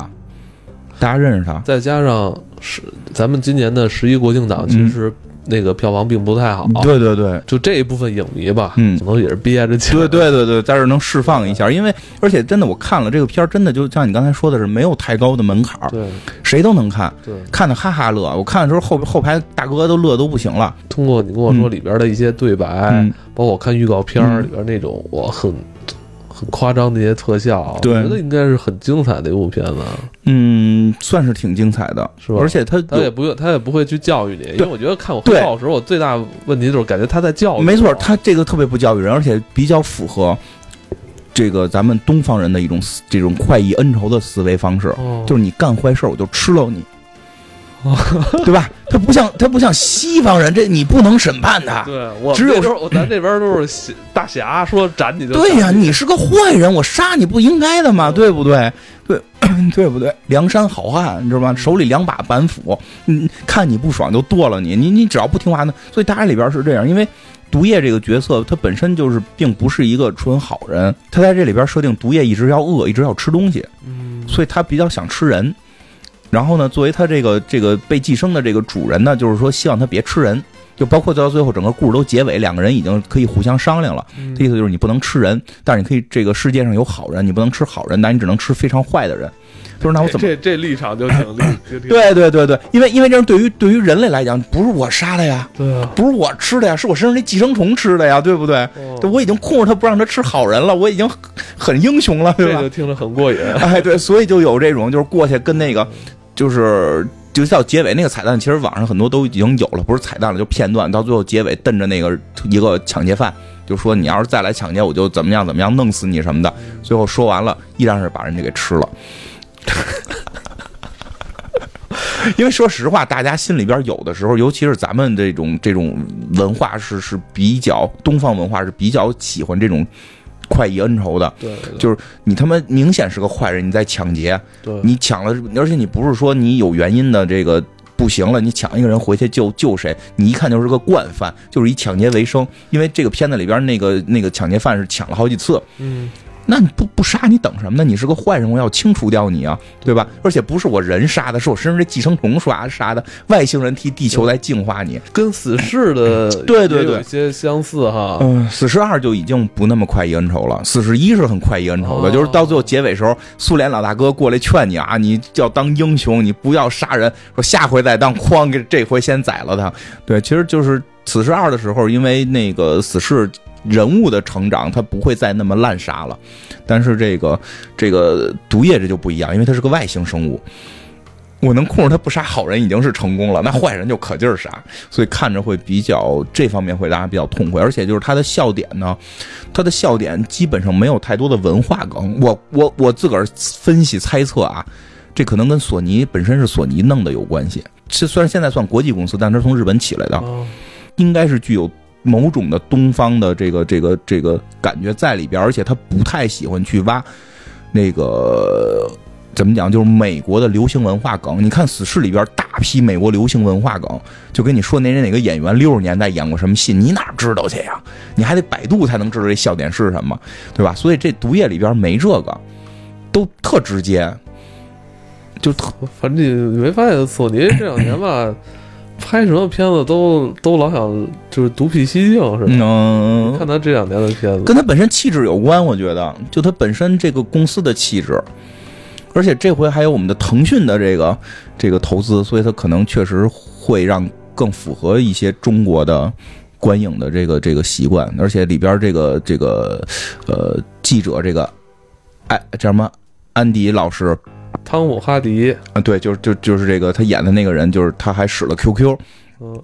B: 大家认识它。
A: 再加上十，咱们今年的十一国庆档
B: 嗯
A: 其实那个票房并不太好，
B: 对对对。
A: 就这一部分影迷吧，
B: 嗯
A: 可能也是憋着劲，
B: 对对对对，在这儿能释放一下，因为而且真的我看了这个片儿，真的就像你刚才说的是没有太高的门槛儿，
A: 对
B: 谁都能看，
A: 对。
B: 看的哈哈乐。我看的时候后后排大哥都乐得都不行了。
A: 通过你跟我说里边的一些对白，
B: 嗯
A: 包括我看预告片儿
B: 嗯
A: 里边那种我很很夸张的一些特效，
B: 对
A: 我觉得应该是很精彩的一部片子，
B: 嗯，算是挺精彩的，
A: 是吧
B: 而且它
A: 他也不用他也不会去教育你，因为我觉得看我黑
B: 对
A: 豹的时候，我最大问题就是感觉他在教育我，
B: 没错，它这个特别不教育人，而且比较符合这个咱们东方人的一种思这种快意恩仇的思维方式，
A: 哦
B: 就是你干坏事儿我就吃了
A: <laughs>
B: 你，对吧？它不像它不像西方人，这你不能审判他。
A: 对我
B: 只有
A: 那时候我咱这边都是 <laughs> 侠大侠说斩你就
B: 对呀、
A: 斩
B: 你是个坏人，我杀你不应该的嘛，对不对？对， <clears throat> 对不对？梁山好汉，你知道吗？手里两把板斧，嗯，看你不爽就剁了你，你你只要不听话呢。所以大家里边是这样，因为毒液这个角色他本身就是并不是一个纯好人，他在这里边设定毒液一直要饿，一直要吃东西，
A: 嗯
B: 所以他比较想吃人。然后呢，作为他这个这个被寄生的这个主人呢，就是说希望他别吃人，就包括到最后整个故事都结尾，两个人已经可以互相商量了。
A: 嗯
B: 这意思就是你不能吃人，但是你可以这个世界上有好人，你不能吃好人，但你只能吃非常坏的人。就是那我怎么？
A: 这这立场就挺立，
B: <coughs>
A: 就挺
B: 对啊对对对，因为因为这样对于对于人类来讲，不是我杀的呀，
A: 对啊，
B: 不是我吃的呀，是我身上那寄生虫吃的呀，对不对？
A: 哦
B: 对我已经控制它不让它吃好人了，我已经很很英雄了，对
A: 这
B: 吧
A: 个？听着很过瘾。
B: <laughs> 哎，对，所以就有这种就是过去跟那个就是。就到结尾那个彩蛋，其实网上很多都已经有了，不是彩蛋了，就片段。到最后结尾，瞪着那个一个抢劫犯，就说你要是再来抢劫，我就怎么样怎么样，弄死你什么的。最后说完了，依然是把人家给吃了。 <laughs> 因为说实话，大家心里边有的时候，尤其是咱们这种这种文化是是比较东方文化是比较喜欢这种快意恩仇的。
A: 对，对
B: 就是你他妈明显是个坏人，你在抢劫，
A: 对
B: 你抢了，而且你不是说你有原因的这个不行了，你抢一个人回去救救谁，你一看就是个惯犯，就是以抢劫为生。因为这个片子里边那个 <laughs> 那个抢劫犯是抢了好几次，
A: 嗯，
B: 那你不不杀你等什么呢？你是个坏人，我要清除掉你啊，对吧？而且不是我人杀的，是我身上这寄生虫杀杀的，外星人替地球来净化你。
A: 跟死侍的
B: 对对
A: 也有
B: 对
A: 一些相似哈。
B: 嗯，死侍二就已经不那么快意恩仇了，死侍一是很快意恩仇的，
A: 哦
B: 就是到最后结尾时候，苏联老大哥过来劝你啊，你要当英雄，你不要杀人，说下回再当，哐给这回先宰了他。对，其实就是死侍二的时候，因为那个死侍。人物的成长，他不会再那么滥杀了，但是这个这个毒液这就不一样，因为它是个外星生物，我能控制它不杀好人已经是成功了，那坏人就可劲儿杀。所以看着会比较这方面会大家比较痛快，而且就是他的笑点呢，他的笑点基本上没有太多的文化梗。我我我自个儿分析猜测啊，这可能跟索尼本身是索尼弄的有关系。这虽然现在算国际公司，但它是从日本起来的，
A: 哦
B: 应该是具有某种的东方的这个这个这个感觉在里边，而且他不太喜欢去挖那个怎么讲，就是美国的流行文化梗。你看《死侍》里边大批美国流行文化梗，就跟你说那人哪个演员六十年代演过什么戏，你哪知道去呀？你还得百度才能知道这笑点是什么，对吧？所以这《毒液》里边没这个，都特直接。就特
A: 反正你没发现索尼这两年吧，拍什么片子都都老想就是独辟蹊径似的。
B: 嗯，
A: 看他这两年的片子，
B: 跟他本身气质有关，我觉得就他本身这个公司的气质，而且这回还有我们的腾讯的这个这个投资，所以他可能确实会让更符合一些中国的观影的这个这个习惯，而且里边这个这个呃记者这个哎叫什么安迪老师
A: 汤姆哈迪，
B: 啊，对，就是就就是这个他演的那个人，就是他还使了 QQ，
A: 嗯，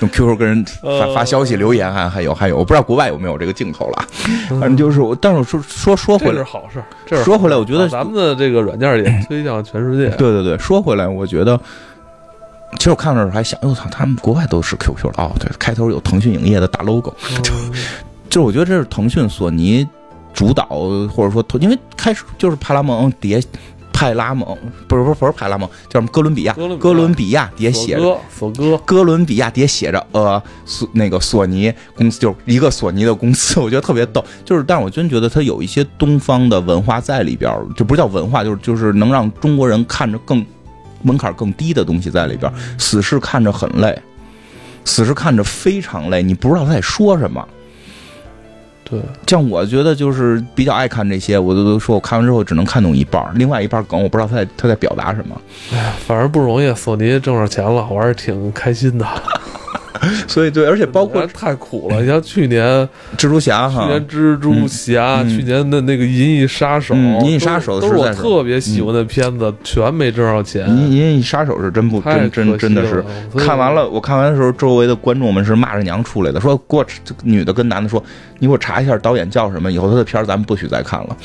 B: 用 QQ 跟人
A: 呃
B: 发发消息留言，还还有还有，我不知道国外有没有这个镜头了啊，反正就是我，但是我说说说
A: 嗯
B: 回
A: 这
B: 来
A: 是。好事儿。这是
B: 说回来，我觉得
A: 把咱们的这个软件也推向全世界。
B: 对对对，说回来，我觉得，其实我看的时候还想，我操，他们国外都是 QQ 了哦，对，开头有腾讯影业的大 logo， <laughs>
A: 嗯
B: 就是我觉得这是腾讯、索尼主导，或者说腾，因为开始就是派拉蒙底下。派拉蒙不是不是不是派拉蒙，叫什么哥伦比亚？
A: 哥伦比亚
B: 哥伦比亚底下写
A: 索
B: 着
A: 哥，索哥，
B: 哥伦比亚底下写着呃索那个索尼公司，就是一个索尼的公司，我 <laughs> 觉得特别逗。就是，但是我真觉得它有一些东方的文化在里边儿，这不是叫文化，就是就是能让中国人看着更门槛更低的东西在里边儿。死侍看着很累，死侍看着非常累，你不知道他在说什么。
A: 对，
B: 像我觉得就是比较爱看这些，我都说我看完之后只能看懂一半儿，另外一半儿梗我不知道他在他在表达什么。
A: 反正不容易，索尼挣着钱了，我还是挺开心的。
B: 所以对，而且包
A: 我
B: 括
A: 还是太苦了，你像去年
B: 蜘蛛侠
A: 去
B: 哈，
A: 年蜘蛛侠，
B: 嗯
A: 去年的那个《银翼杀手》，
B: 嗯银翼杀手
A: 都是
B: 实
A: 我
B: 在是嗯
A: 特别喜欢的片子，全没挣着钱，
B: 银银翼杀手是真不
A: 呃太
B: 真真
A: 可惜
B: 真的是
A: 了。所以
B: 看完了，我看完的时候，周围的观众们是骂着娘出来的，说给我这个女的跟男的说，你给我查一下导演叫什么，以后他的片儿咱们不许再看了，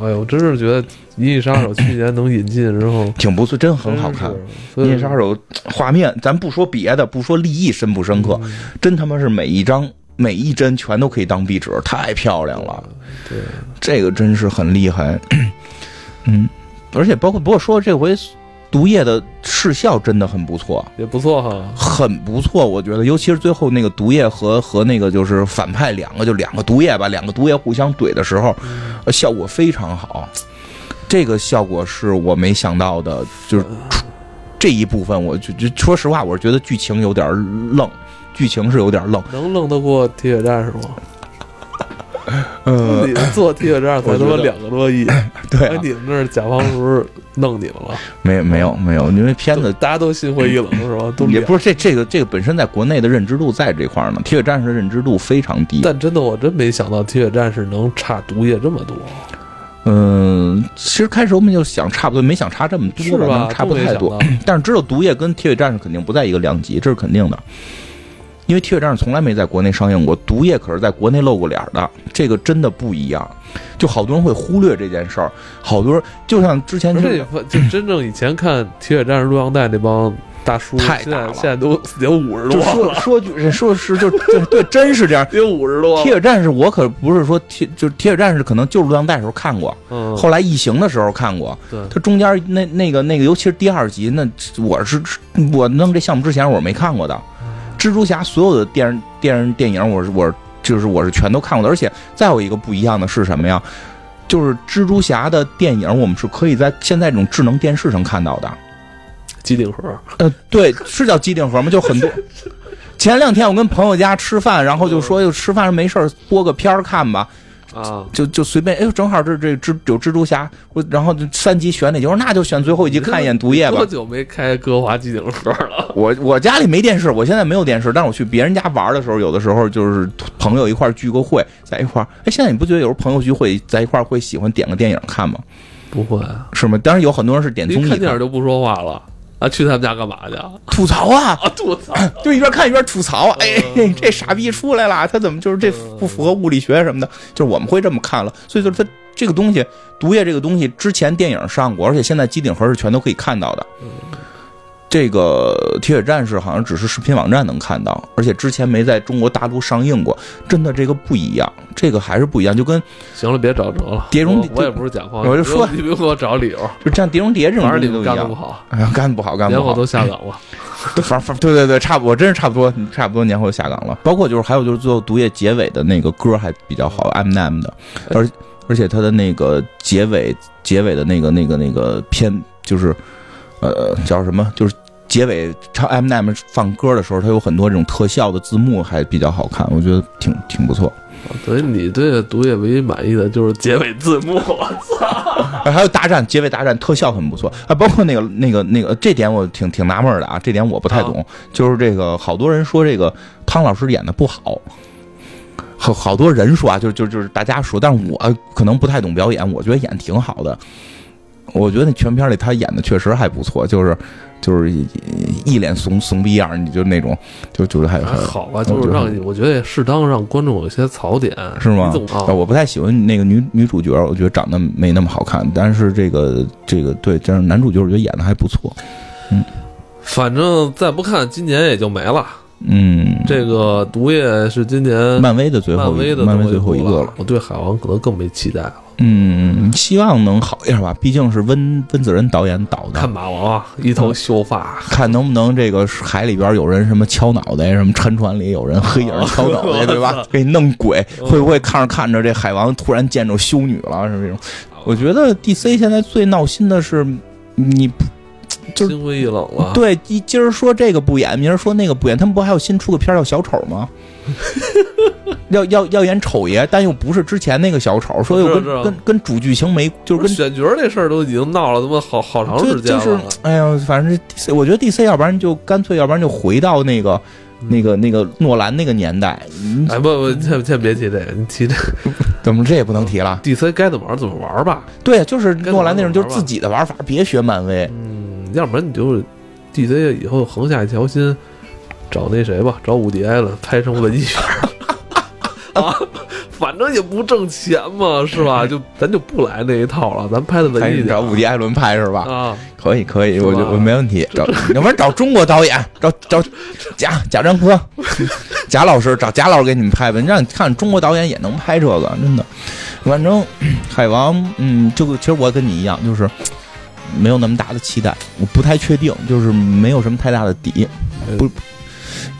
A: 哎呦，我真是觉得《银翼
B: <coughs>
A: 杀手》去年能引进之后
B: 挺不错，真很好看。。
A: 真是
B: 银翼杀，手画面，咱不说别的，不说立意深不深
A: 嗯
B: 刻，真他妈是每一张每一帧全都可以当壁纸，太漂亮了。
A: 嗯对，
B: 这个真是很厉害。嗯，而且包括不过说这回毒液的视效真的很不错。
A: 也不错哈。
B: 很不错，我觉得，尤其是最后那个毒液和和那个就是反派两个，就两个毒液吧，两个毒液互相怼的时候，
A: 嗯
B: 呃效
A: 嗯
B: 果非常好。这个效果是我没想到的，就是出这一部分我就就说实话，我是觉得剧情有点愣，剧情是有点愣。
A: 能弄得过铁血战士吗？<laughs>
B: 呃，
A: 你做铁血战士才他
B: 我觉
A: 妈
B: 得
A: 两个多
B: <laughs>
A: 亿，
B: 对
A: 嗯哎
B: 啊，
A: 你们那儿甲方是不是弄你们了？
B: 没有没有没有，因为片子
A: 大家都心灰意冷是吧？都
B: 也
A: 脸
B: 不是这这个这个本身在国内的认知度在这块儿呢，《铁血战士》的认知度非常低。
A: 但真的，我真没想到铁血战士能差毒液这么多，
B: 嗯，其实开始我们就想差不多，没想差这么
A: 是
B: 多
A: 吧？
B: 能差不
A: 这么没
B: 太
A: 想
B: 多
A: 到。
B: 但是知道毒液跟《铁血战士》肯定不在一个量级，这是肯定的。因为《铁血战士》从来没在国内上映过，毒液可是在国内露过脸儿的，这个真的不一样。就好多人会忽略这件事儿，好多人就像之前
A: 不
B: 就是是
A: 这就真正以前看《铁血战士》录像带那帮大叔，
B: 太
A: 现
B: 大
A: 在
B: 了
A: 现在都得五十
B: 就
A: 多
B: 说
A: 了，
B: 说句说是就对对，真是
A: <laughs>
B: 这样。
A: 得五十多
B: 铁
A: 了。
B: 血战士我可不是说铁就是铁血战士，可能就是录像带时候看过，
A: 嗯，
B: 后来异形的时候看过。
A: 对，
B: 它中间那那个那个，尤其是第二集，那我是我弄这项目之前我是没看过的。蜘蛛侠所有的电视电视电影，我是我是就是我是全都看过的。而且再有一个不一样的是什么呀？就是蜘蛛侠的电影，我们是可以在现在这种智能电视上看到的。
A: 机顶盒，
B: 呃，对，是叫机顶盒吗？就很多。前两天我跟朋友家吃饭，然后就说就吃饭没事儿播个片儿看吧，
A: 啊，
B: 就就随便，哎呦，正好这这蜘有蜘蛛侠，我然后就三集选哪集，我说那就选最后一集看一眼毒液吧
A: 多。久没开歌华机顶盒了？
B: 我我家里没电视，我现在没有电视，但是我去别人家玩的时候，有的时候就是朋友一块儿聚个会，在一块儿。哎，现在你不觉得有时候朋友聚会在一块儿会喜欢点个电影看吗？
A: 不会，
B: 是吗？当然有很多人是点综
A: 一
B: 艺
A: 看电影
B: 看，
A: 就不说话了啊！去他们家干嘛去？啊， <laughs>
B: 吐槽啊，
A: 吐
B: <coughs>
A: 槽！
B: 就一边看一边吐槽，哎
A: 嗯，
B: 这傻逼出来了，他怎么就是这
A: 嗯
B: 不符合物理学什么的？就是我们会这么看了，所以就是他这个东西，毒液这个东西，之前电影上过，而且现在机顶盒是全都可以看到的。
A: 嗯
B: 这个《铁血战士》好像只是视频网站能看到，而且之前没在中国大陆上映过，真的这个不一样，这个还是不一样，就跟
A: 行了，别找辙了。
B: 碟中
A: 我我也不是甲方，
B: 我就说
A: 你别你别给我找理由，
B: 就像《碟中谍》这种
A: 反正
B: 东
A: 你们
B: 西都一
A: 干的不
B: 样。
A: 好，
B: 哎呀，干不好，干
A: 年
B: 不
A: 后
B: 好
A: 都，啊下岗了。
B: <laughs> 反反对对对，差不多，真是差不多，差不多年后下岗了。包括就是还有就是最后毒液结尾的那个歌还比较好，M M 的，而而且它的那个结尾结尾的那个那个那个片就是，呃，叫什么？就是结尾唱 M M 放歌的时候，它有很多这种特效的字幕，还比较好看，我觉得挺挺不错。
A: 所以你对毒液唯一满意的就是结尾字幕，我
B: 啊还有大战结尾大战特效很不错啊，包括那个那个那个，这点我挺挺纳闷儿的啊，这点我不太懂，就是这个好多人说这个汤老师演的不好。好好多人说啊，就就就是大家说，但是我呃可能不太懂表演，我觉得演挺好的。我觉得那全片里他演的确实还不错，就是就是一一脸怂怂逼样儿，你就那种，就就是还还
A: 还好吧，就是让你，我觉得也适当让观众有些槽点，
B: 是吗
A: 你总
B: 啊，我不太喜欢那个女女主角，我觉得长得没那么好看，但是这个这个对，这样男主角我觉得演的还不错。
A: 反正再不看，今年也就没了。
B: 嗯，
A: 这个毒液是今年
B: 漫威的最后
A: 漫威
B: 一
A: 的
B: 漫威最后一
A: 部
B: 个
A: 了
B: 了，，
A: 我对海王可能更没期待了。
B: 嗯，希望能好一点吧，毕竟是温温子仁导演导的
A: 看。马王啊，一头秀发，
B: 看能不能这个海里边有人什么敲脑袋，什么沉船里有人黑
A: 啊
B: 影敲脑
A: <laughs>
B: 袋，对吧？ <laughs> 给你弄鬼，
A: 嗯
B: 会不会看着看着这海王突然见着修女了，是这种？我觉得 DC 现在最闹心的是，你就是
A: 心灰意冷了。
B: 对，一今儿说这个不演，明儿说那个不演，他们不还有新出个片儿叫小丑吗？ <laughs> 要要要演丑爷，但又不是之前那个小丑，说又
A: 我
B: 跟
A: 知道知道
B: 跟跟主剧情没，就是
A: 不是
B: 跟
A: 选角这事儿都已经闹了他妈好好长
B: 就
A: 时间
B: 就是
A: 了，，
B: 哎呀，反正这 DC，我觉得 DC 要不然就干脆，要不然就回到那个
A: 嗯
B: 那个那个诺兰那个年代，嗯
A: 哎不不，先先别提这个，你提这
B: 怎么这也不能提了？
A: DC 该怎么玩怎么玩吧。
B: 对，就是
A: 跟
B: 诺兰那种，
A: 诺
B: 就
A: 兰玩吧
B: 是自己的玩法，别学漫威。
A: 嗯，要不然你就 DC 以后横下一条心，找那谁吧，找伍迪·艾伦拍成文艺片
B: <laughs>
A: 儿啊，反正也不挣钱嘛，是吧？就咱就不来那一套了，咱拍的
B: 还
A: 文艺
B: 是
A: 点儿
B: 找伍迪·艾伦拍是吧？
A: 啊，
B: 可以可以，我
A: 吧
B: 就我没问题。找，要不然找中国导演，找找贾贾樟柯、 <laughs> 贾老师，找贾老师给你们拍吧。你让你看中国导演也能拍这个，真的。反正 <clears throat> 海王，嗯，这个其实我跟你一样，就是没有那么大的期待，我不太确定，就是没有什么太大的底，不。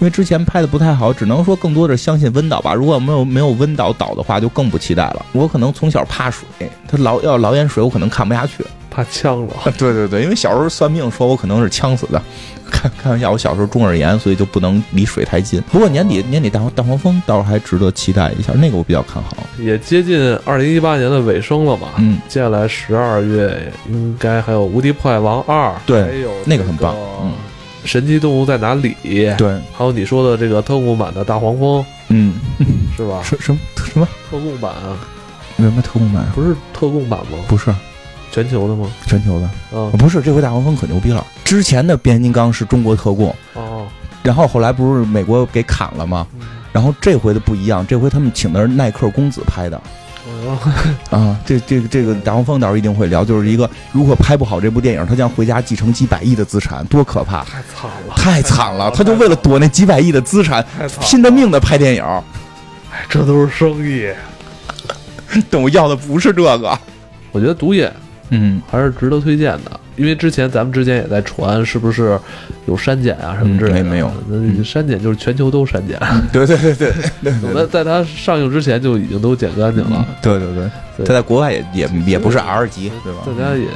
B: 因为之前拍的不太好，只能说更多的是相信温导吧。如果没有没有温导导的话，就更不期待了。我可能从小怕水，他老要老演水，我可能看不下去。
A: 怕呛着。
B: <laughs> 对对对，因为小时候算命说我可能是呛死的， <laughs> 开开玩笑，我小时候中耳炎，所以就不能离水太近。不过年底年底大黄大黄蜂倒是还值得期待一下，那个我比较看好。
A: 也接近二零一八年的尾声了嘛，
B: 嗯，
A: 接下来十二月应该还有《无敌破坏王二》，
B: 对
A: 还有
B: 那个很棒嗯
A: 《神奇动物在哪里》，
B: 对，
A: 还有你说的这个特供版的大黄蜂
B: 嗯，
A: 是吧？
B: 什什么什么
A: 特供版啊
B: 什么特供版？
A: 不是特供版吗？
B: 不是
A: 全球的吗？
B: 全球的，
A: 啊
B: 哦不是这回大黄蜂可牛逼了。之前的变形金刚是中国特供，
A: 哦，
B: 然后后来不是美国给砍了吗？
A: 嗯
B: 然后这回的不一样，这回他们请的是耐克公子拍的。
A: 哦
B: 啊，这这个这个大黄蜂到时候一定会聊，就是一个如果拍不好这部电影，他将回家继承几百亿的资产，多可怕！
A: 太惨了，
B: 太惨了，他就为了躲那几百亿的资产，
A: 太惨了，
B: 拼着命的拍电影。
A: 哎，这都是生意。
B: <laughs> 但我要的不是这个。
A: 我觉得毒液
B: 嗯
A: 还是值得推荐的，因为之前咱们之间也在传，是不是有删减啊什么之类的？
B: 嗯没没有嗯
A: 那删减就是全球都删减，
B: <laughs> 对对对对
A: <laughs> 那在它上映之前就已经都剪干净了，
B: 对对对，
A: 对
B: 他在国外也也也不是 R 级，对吧？
A: 大家也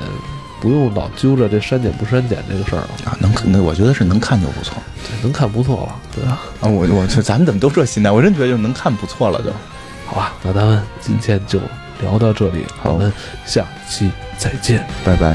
A: 不用老揪着这删减不删减这个事儿了，
B: 啊，能那我觉得是能看就不错
A: 对，能看不错了，对啊，
B: 啊！我我这咱们怎么都这心态？我真觉得就能看不错了就。
A: 好吧，那咱们今天就聊到这里，
B: 好
A: 我们下期再见。
B: 拜拜。